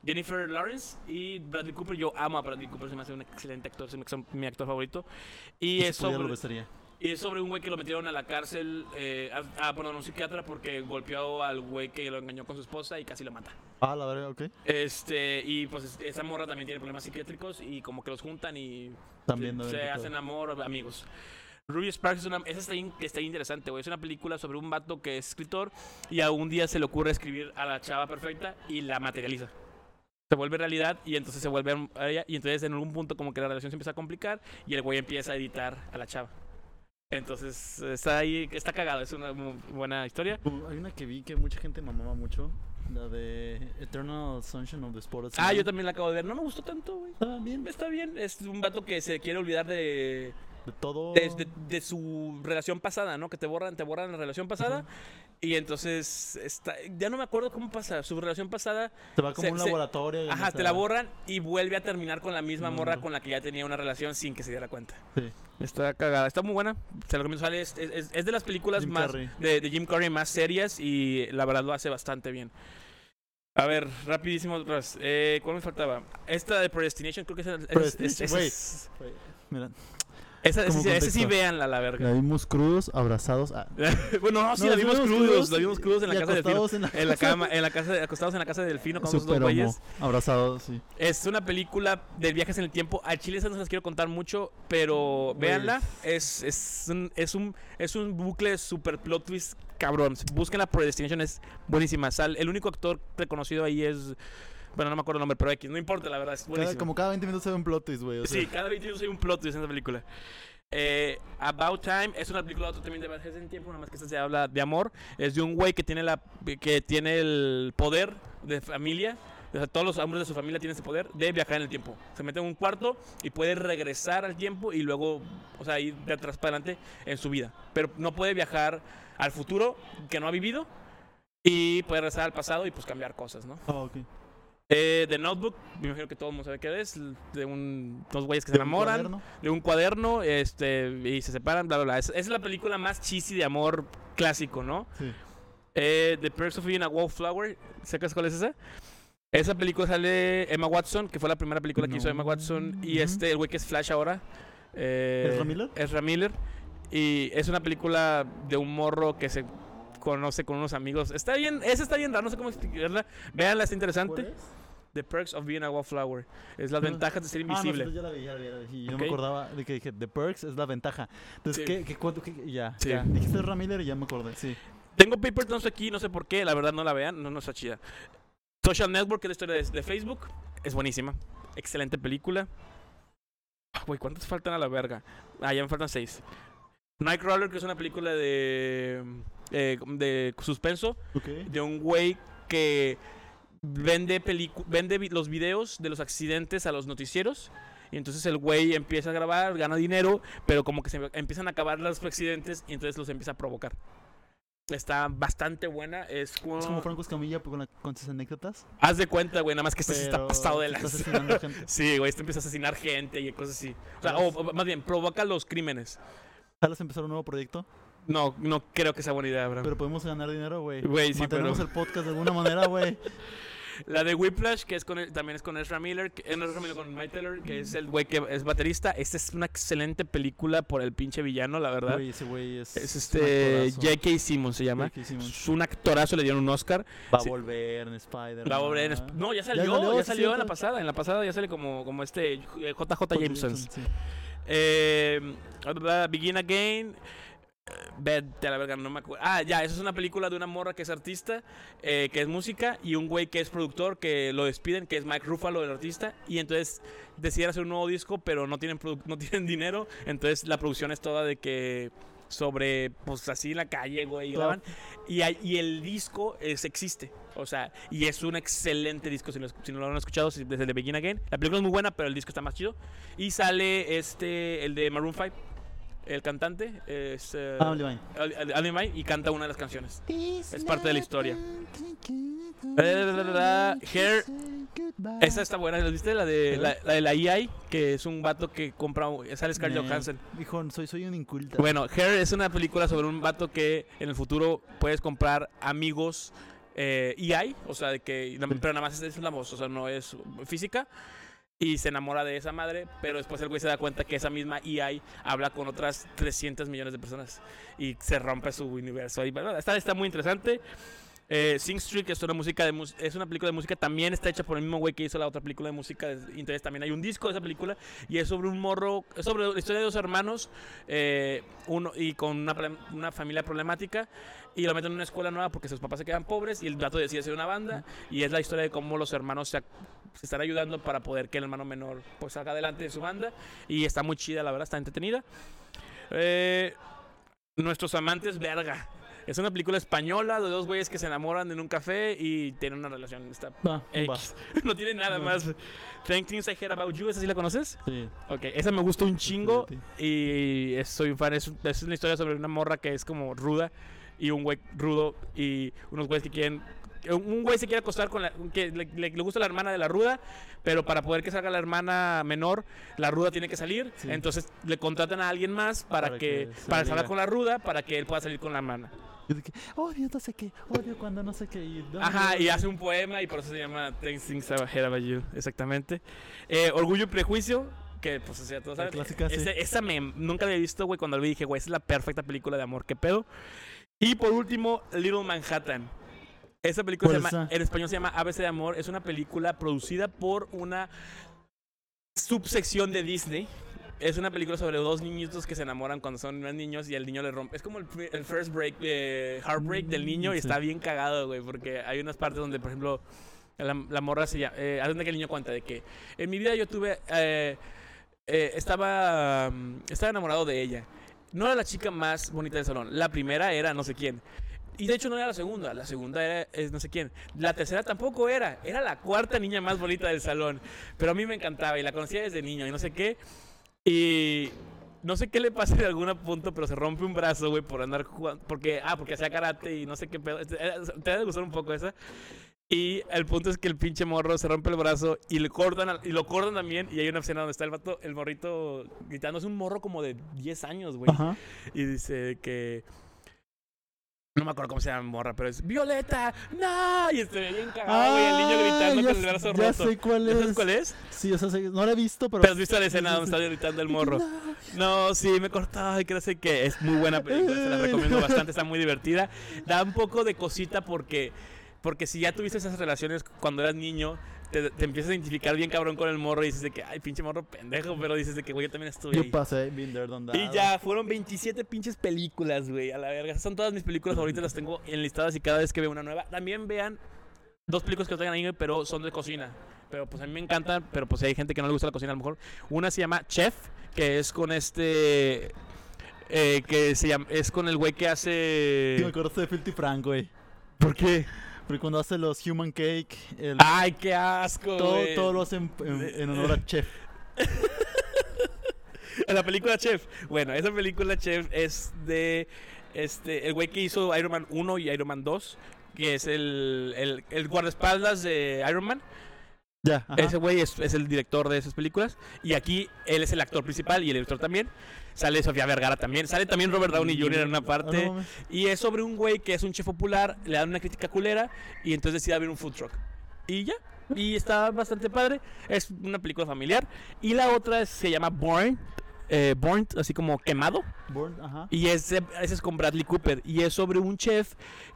S1: Jennifer Lawrence y Bradley Cooper. Yo amo a Bradley Cooper, se me hace un excelente actor, es mi, mi actor favorito. Y
S2: Si
S1: es
S2: pudiera, lo
S1: sobre-
S2: besaría.
S1: Y es sobre un güey que lo metieron a la cárcel, eh, a, a- perdón, a un psiquiatra porque golpeó al güey que lo engañó con su esposa y casi lo mata.
S2: Ah, la verdad, ok.
S1: Este, y pues es- esa morra también tiene problemas psiquiátricos y como que los juntan y
S2: También
S1: se, se hacen amor, amigos. Ruby Sparks es una, esa está, in- está interesante, güey. Es una película sobre un vato que es escritor y a un día se le ocurre escribir a la chava perfecta y la materializa. Se vuelve realidad y entonces se vuelve a ella y entonces en algún punto como que la relación se empieza a complicar y el güey empieza a editar a la chava. Entonces está ahí, está cagado, es una mu- buena historia.
S2: Uh, hay una que vi que mucha gente mamaba mucho. La de Eternal Sunshine of the Spotless
S1: Ah, yo
S2: Mind.
S1: también la acabo de ver, no me gustó tanto, güey.
S2: Estaba bien.
S1: Está bien, es un vato que se quiere olvidar de,
S2: De todo.
S1: de, este- de- de su relación pasada, ¿no? Que te borran, te borran la relación pasada. Y entonces, está, ya no me acuerdo cómo pasa. Su relación pasada,
S2: Se va como
S1: se-
S2: a un
S1: se-
S2: laboratorio. y
S1: ajá,
S2: empieza-
S1: te la borran y vuelve a terminar con la misma
S2: No,
S1: morra
S2: no.
S1: con la que ya tenía una relación sin que se diera cuenta.
S2: Sí.
S1: Está cagada, está muy buena. Se la recomiendo. Sale, Es, es- es- es de las películas
S2: Jim
S1: más
S2: Carrey.
S1: de, de Jim Carrey más serias y la verdad lo hace bastante bien. A ver, rapidísimo atrás. Eh, ¿Cuál me faltaba? Esta de Predestination, creo que esa- esa- esa-
S2: Predestination,
S1: esa
S2: güey.
S1: es.
S2: Güey, Mira,
S1: Esa,
S2: Como
S1: esa sí- esa sí,
S2: contexto.
S1: véanla, la verga.
S2: la vimos crudos, abrazados. Ah.
S1: bueno, no, sí,
S2: No,
S1: la vimos crudos, la vimos crudos en
S2: y
S1: la casa de Delfino.
S2: acostados en la
S1: En la cama, en la casa, de- acostados en la casa de Delfino con los dos
S2: Super homo,
S1: güeyes.
S2: abrazados, sí.
S1: Es una película de viajes en el tiempo. A Chile esa no se las quiero contar mucho, pero
S2: Güey.
S1: véanla. Es, es, un, es, un, es un bucle super plot twist cabrón. Busquen la Predestination, es buenísima. Sal, el único actor reconocido ahí es... Bueno, no me acuerdo el nombre, pero X. No importa, la verdad, es
S2: Cada-
S1: buenísimo.
S2: como cada 20 minutos se ve un plot twist, güey. o sea.
S1: Sí, cada 20 minutos hay un plot twist en esa película. Eh, About Time es una película otra también de viajes en tiempo, nada más que esta se habla de amor. Es de un güey que tiene la que tiene el poder de familia. O sea, todos los hombres de su familia tienen ese poder de viajar en el tiempo. Se mete en un cuarto y puede regresar al tiempo y luego, o sea, ir de atrás para adelante en su vida. Pero no puede viajar al futuro que no ha vivido y puede regresar al pasado y pues cambiar cosas, ¿no?
S2: Ah, ok.
S1: Eh, The Notebook, me imagino que todo el mundo sabe qué es. De un, unos güeyes que se
S2: De un
S1: enamoran
S2: cuaderno.
S1: de un cuaderno este y se separan, bla, bla, bla. Es, es la película más cheesy de amor clásico, ¿no?
S2: Sí.
S1: Eh, The Perks of Being a Wallflower, ¿sabes cuál es esa? Esa película sale Emma Watson, que fue la primera película que hizo Emma Watson. Y
S2: No.
S1: este, el güey que es Flash ahora. Eh,
S2: ¿Ezra Miller?
S1: Ezra Miller. Y es una película de un morro que se conoce con unos amigos. Está bien, esa está bien rara, no sé cómo explicarla. Veanla, está interesante.
S2: ¿Cuál es?
S1: The Perks of Being a Wallflower. Es las
S2: No.
S1: ventajas de ser
S2: Ah, no,
S1: invisible.
S2: ya la vi, ya la vi, ya la vi. Y yo
S1: Ok.
S2: me acordaba de que dije, The Perks es la ventaja.
S1: Sí.
S2: Entonces, ¿qué, qué, cuánto, qué- ya,
S1: Sí.
S2: ya. Dijiste Ramiller y ya me acordé, sí.
S1: Tengo Paper Towns aquí, no sé por qué, la verdad no la vean, no, no está chida. Social Network, que es la historia de, de Facebook, es buenísima. Excelente película. Ah, Güey, ¿cuántas faltan a la verga? Ah, ya me faltan seis. Nightcrawler, que es una película de, eh, de suspenso,
S2: Ok.
S1: de un güey que vende, pelicu- vende vi- los videos de los accidentes a los noticieros. Y entonces el güey empieza a grabar, gana dinero, pero como que se empiezan a acabar los accidentes y entonces los empieza a provocar. Está bastante buena. Es como.
S2: Es como Franco Escamilla pero con, la- con sus anécdotas.
S1: Haz de cuenta, güey, nada más que este sí está
S2: pero
S1: pasado de
S2: está
S1: lanza.
S2: asesinando gente.
S1: Sí, güey, este empieza a asesinar gente y cosas así. O sea, o-
S2: Pero es-
S1: o más bien, provoca los crímenes.
S2: Salas empezó un nuevo proyecto,
S1: No, no creo que sea buena idea, bro.
S2: pero podemos ganar dinero, güey.
S1: Ah. Güey, sí, pero.
S2: Mantenemos el podcast de alguna manera, güey.
S1: La de Whiplash, que es con el- también es con Ezra Miller, que, eh, no, Ezra Miller, con Mike Taylor, que es el güey que es baterista. Esta es una excelente película por el pinche villano, la verdad.
S2: Güey, ese güey es.
S1: es
S2: un
S1: este
S2: actorazo.
S1: J.K. Simmons se llama.
S2: J.K. Simmons.
S1: Es un actorazo, le dieron un Oscar.
S2: Va a
S1: sí.
S2: volver en Ah. Spider.
S1: La obra en- No, ya salió, ya
S2: salió,
S1: salió,
S2: sí, cierto.
S1: en la pasada. En la pasada ya sale como, como este eh, JJ Jameson.
S2: Sí.
S1: Eh, Begin Again. eh, Vete a la verga, no me acuerdo. Ah, ya, eso es una película de una morra que es artista, eh, que es música, y un güey que es productor, que lo despiden, que es Mike Ruffalo, el artista, y entonces deciden hacer un nuevo disco, pero no tienen, produ- no tienen dinero, entonces la producción es toda de que sobre, pues así en la calle, güey, y
S2: Claro.
S1: graban, y, hay- y el disco es, existe, o sea, y es un excelente disco, si, lo, si no lo han escuchado, si- desde The Begin Again, la película es muy buena, pero el disco está más chido, y sale este, el de Maroon 5, el cantante, es... eh,
S2: Ah, Levine.
S1: Al- Al- Alan May y canta una de las canciones.
S2: Es
S1: parte de la historia. Hair. Esa está buena, ¿la viste? La de la, la de la EI, que es un vato que compra, un- sale Scarlett Johansson.
S2: Dijo, soy, soy un inculta.
S1: Bueno, Hair es una película sobre un vato que en el futuro puedes comprar amigos eh, EI, o sea, de que, pero nada más es- es la voz, o sea, no es física. Y se enamora de esa madre, pero después el güey se da cuenta que esa misma EI habla con otras 300 millones de personas. Y se rompe su universo. Y, bueno, está, está muy interesante. Eh, Sing Street, que es una, música de mus- es una película de música, también está hecha por el mismo güey que hizo la otra película de música. Entonces también hay un disco de esa película y es sobre un morro, es sobre la historia de dos hermanos eh, uno, y con una, problem- una familia problemática y lo meten en una escuela nueva porque sus papás se quedan pobres y el dato decide hacer una banda y es la historia de cómo los hermanos se, ac- se están ayudando para poder que el hermano menor pues salga adelante de su banda y está muy chida, la verdad, está entretenida. Eh, Nuestros amantes, verga. Es una película española de dos güeyes que se enamoran en un café y tienen una relación. Está
S2: Va, va.
S1: X. No tiene nada
S2: No.
S1: más. Thank Things I Heard About You, ¿esa sí la conoces?
S2: Sí.
S1: Ok, esa me gusta un chingo
S2: Fíjate.
S1: y es- soy un fan. Es, es una historia sobre una morra que es como ruda y un güey rudo y unos güeyes que quieren. Un un güey se quiere acostar con la. que le, le- le gusta la hermana de la ruda, pero para poder que salga la hermana menor, la ruda tiene que salir.
S2: Sí.
S1: Entonces le contratan a alguien más para,
S2: Para
S1: que.
S2: que se
S1: para
S2: la
S1: hablar
S2: liga.
S1: con la ruda, para que él pueda salir con la hermana.
S2: Yo dije, odio no sé qué, odio cuando no sé qué. y-
S1: Ajá, y hace un poema y por eso se llama Things Things I Heard About You, exactamente. Eh, Orgullo y Prejuicio, que pues o sea, todos
S2: La
S1: saben.
S2: clásica, sí.
S1: Ese- esa me, nunca la he visto, güey, cuando la vi dije, güey, esa es la perfecta película de amor, qué pedo. Y por último, Little Manhattan. Esa película se
S2: ¿Cuál
S1: llama,
S2: es esa?
S1: en español se llama ABC de Amor, es una película producida por una subsección de Disney. Es una película sobre dos niñitos que se enamoran cuando son más niños y el niño le rompe. Es como el, fir- el first break, eh, heartbreak del niño y
S2: Mm,
S1: está
S2: sí.
S1: bien cagado, güey, porque hay unas partes donde, por ejemplo, la, la morra se llama. Eh, haz de cuenta que el niño cuenta de que en mi vida yo tuve. eh, eh, estaba, mm, estaba enamorado de ella. No era la chica más bonita del salón. La primera era no sé quién. Y de hecho no era la segunda. La segunda era es no sé quién. La tercera tampoco era. Era la cuarta niña más bonita del salón. Pero a mí me encantaba y la conocía desde niño y no sé qué. Y no sé qué le pasa en algún punto, pero se rompe un brazo, güey, por andar jugando. Porque, ah, porque hacía karate y no sé qué pedo. Este, eh, Te ha de gustar un poco esa. Y el punto es que el pinche morro se rompe el brazo y, le cortan al- y lo cortan también. Y hay una escena donde está el vato, el morrito gritando. Es un morro como de 10 años, güey.
S2: Ajá.
S1: Y dice que. No me acuerdo cómo se llama morra, pero es ¡Violeta! ¡No! Y este bien cagado, güey, el niño gritando
S2: Ah, ya
S1: con el
S2: sé-
S1: brazo
S2: Ya
S1: roto.
S2: sé cuál
S1: ¿Ya
S2: es.
S1: sabes cuál es?
S2: Sí, o sea, sé- no la he visto, pero.
S1: Pero has visto la escena
S2: sí,
S1: donde
S2: sí.
S1: está gritando el morro. No, sí, me cortaba y que no sé qué. Es muy buena película, se la recomiendo bastante, está muy divertida. Da un poco de cosita porque, porque si ya tuviste esas relaciones cuando eras niño, te, te empiezas a identificar bien cabrón con el morro y dices de que, ay, pinche morro pendejo, pero dices de que, güey, yo también estuve
S2: Yo
S1: ahí.
S2: pasé, been there, done
S1: Y
S2: that.
S1: ya, fueron 27 pinches películas, güey, a la verga. Esas Son todas mis películas favoritas, las tengo enlistadas y cada vez que veo una nueva. También vean dos películas que no tengan anime, pero son de cocina. Pero pues a mí me encantan, pero pues hay gente que no le gusta la cocina a lo mejor. Una se llama Chef, que es con este... eh, que se llama, es con el güey que
S2: Tío, me
S1: hace...
S2: acordaste de Filthy Frank, güey.
S1: ¿Por qué?
S2: Porque cuando hace los Human Cake, el-
S1: ¡Ay, qué asco!
S2: todo,
S1: Ah, güey!
S2: todo lo hacen en, en honor a Chef.
S1: La película Chef. Bueno, esa película Chef es de este el güey que hizo Iron Man 1 y Iron Man 2, que es el, el, el guardaespaldas de Iron Man.
S2: Ya, ajá.
S1: Ese güey es, es el director de esas películas. Y aquí él es el actor principal y el director también. Sale Sofía Vergara también. Sale también Robert Downey Jr. en una
S2: Ah, no
S1: parte.
S2: mames.
S1: Y es sobre un güey que es un chef popular, le dan una crítica culera y entonces decide abrir un food truck. Y ya. Y está bastante padre. Es una película familiar. Y la otra es- se llama Born. eh, Born, así como quemado.
S2: Born, ajá.
S1: Y ese, ese es con Bradley Cooper. Y es sobre un chef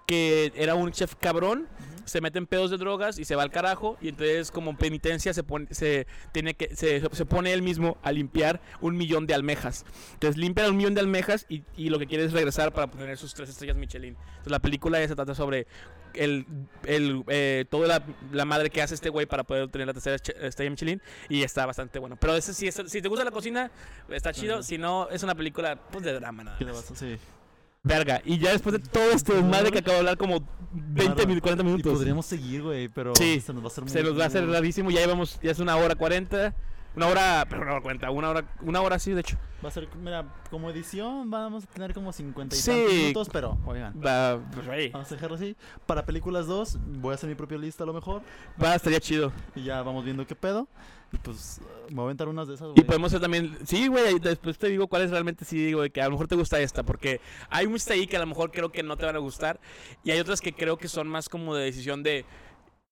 S1: que era un chef cabrón. Se mete en pedos de drogas y se va al carajo. Y entonces, como penitencia, se pone, se, tiene que, se, se pone él mismo a limpiar un millón de almejas. Entonces, limpia un millón de almejas y, y lo que quiere es regresar para obtener sus tres estrellas Michelin. Entonces, la película ya se trata sobre el, el, eh, toda la, la madre que hace este güey para poder obtener la tercera che- estrella Michelin. Y está bastante bueno. Pero ese, sí es- si te gusta la cocina, está chido.
S2: Ajá.
S1: Si no, es una película pues, de drama nada
S2: ¿Qué le
S1: más.
S2: vas a- sí.
S1: Verga, y ya después de todo este desmadre que acabo de hablar como 20, mil- 40
S2: Y
S1: minutos,
S2: podríamos seguir, güey, pero
S1: Sí,
S2: se nos va a hacer
S1: se
S2: muy-
S1: nos va a hacer rarísimo, ya llevamos, ya es una hora 40, una hora, pero una hora 40, una hora, una hora sí, de hecho.
S2: Va a ser, mira, como edición vamos a tener como 50 y
S1: Sí.
S2: tantos minutos, pero oigan,
S1: Va, pues, ahí.
S2: vamos a dejarlo así. Para películas 2, voy a hacer mi propia lista a lo mejor
S1: Va, estaría chido.
S2: y ya vamos viendo qué pedo. Y pues eh, me voy a aventar unas de esas, güey.
S1: Y pues, podemos hacer también, sí, güey, ahí después te digo cuáles realmente sí digo, de que a lo mejor te gusta esta, porque hay muchas ahí que a lo mejor creo que no te van a gustar, y hay otras que creo que son más como de decisión de,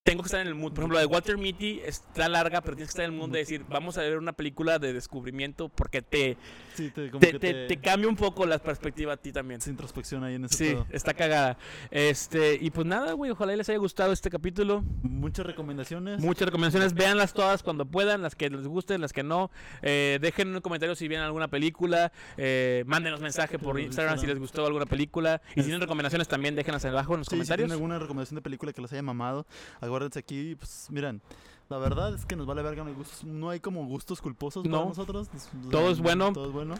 S1: tengo que estar en el mood. Por ejemplo, la de Walter Mitty está larga, pero tienes que estar en el mood de decir, vamos a ver una película de descubrimiento, porque te...
S2: Sí, te, como
S1: te,
S2: que
S1: te-
S2: te-
S1: te cambia un poco la perspectiva a ti también.
S2: es introspección ahí en ese
S1: Sí,
S2: pedo.
S1: está cagada. Este, y pues nada, güey, ojalá y les haya gustado este capítulo.
S2: Muchas recomendaciones.
S1: Muchas recomendaciones, véanlas todas cuando puedan, las que les gusten, las que no. Eh, dejen en un comentario si vieron alguna película, eh, mándenos mensaje por Instagram si les gustó alguna película. Y si tienen recomendaciones también, déjenlas abajo en los
S2: Sí, si
S1: comentarios.
S2: tienen alguna recomendación de película que les haya mamado, aguárdense aquí. y, Pues miren, la verdad es que nos vale verga. No hay, gustos- no hay como gustos culposos para
S1: No.
S2: nosotros. es- o sea,
S1: Todo es
S2: no,
S1: bueno.
S2: Todo es bueno.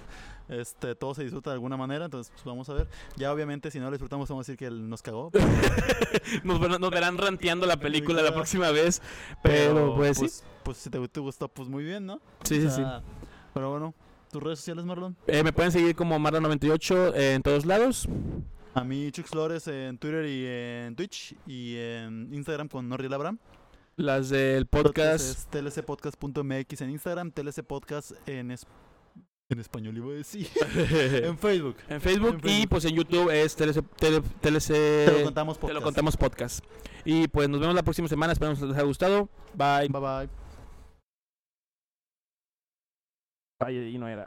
S2: Este, todo se disfruta de alguna manera. Entonces, pues, vamos a ver. Ya, obviamente, si no lo disfrutamos, vamos a decir que él nos cagó. Pero,
S1: Nos, ver- nos verán ranteando la película la
S2: Película.
S1: próxima vez. Pero, pues, sí.
S2: pues, pues, si te, te gustó, pues muy bien, ¿no?
S1: Sí, sí,
S2: O
S1: sí.
S2: sea, Pero bueno, tus redes sociales, Marlon.
S1: Eh, me pueden seguir como Marla98 en todos lados.
S2: A mí, Chux Flores en Twitter y en Twitch y en Instagram con Noriel Abraham.
S1: Las del podcast.
S2: Podcast. es tlcpodcast.mx en Instagram, tlcpodcast en, es- en español iba a decir. en Facebook.
S1: En Facebook
S2: En
S1: y
S2: Facebook.
S1: pues en YouTube es TLC.
S2: Te lo contamos
S1: Te
S2: podcast.
S1: lo contamos podcast. Y pues nos vemos la próxima semana. Esperamos que les haya gustado. Bye.
S2: Bye bye.
S1: Bye. Y no era.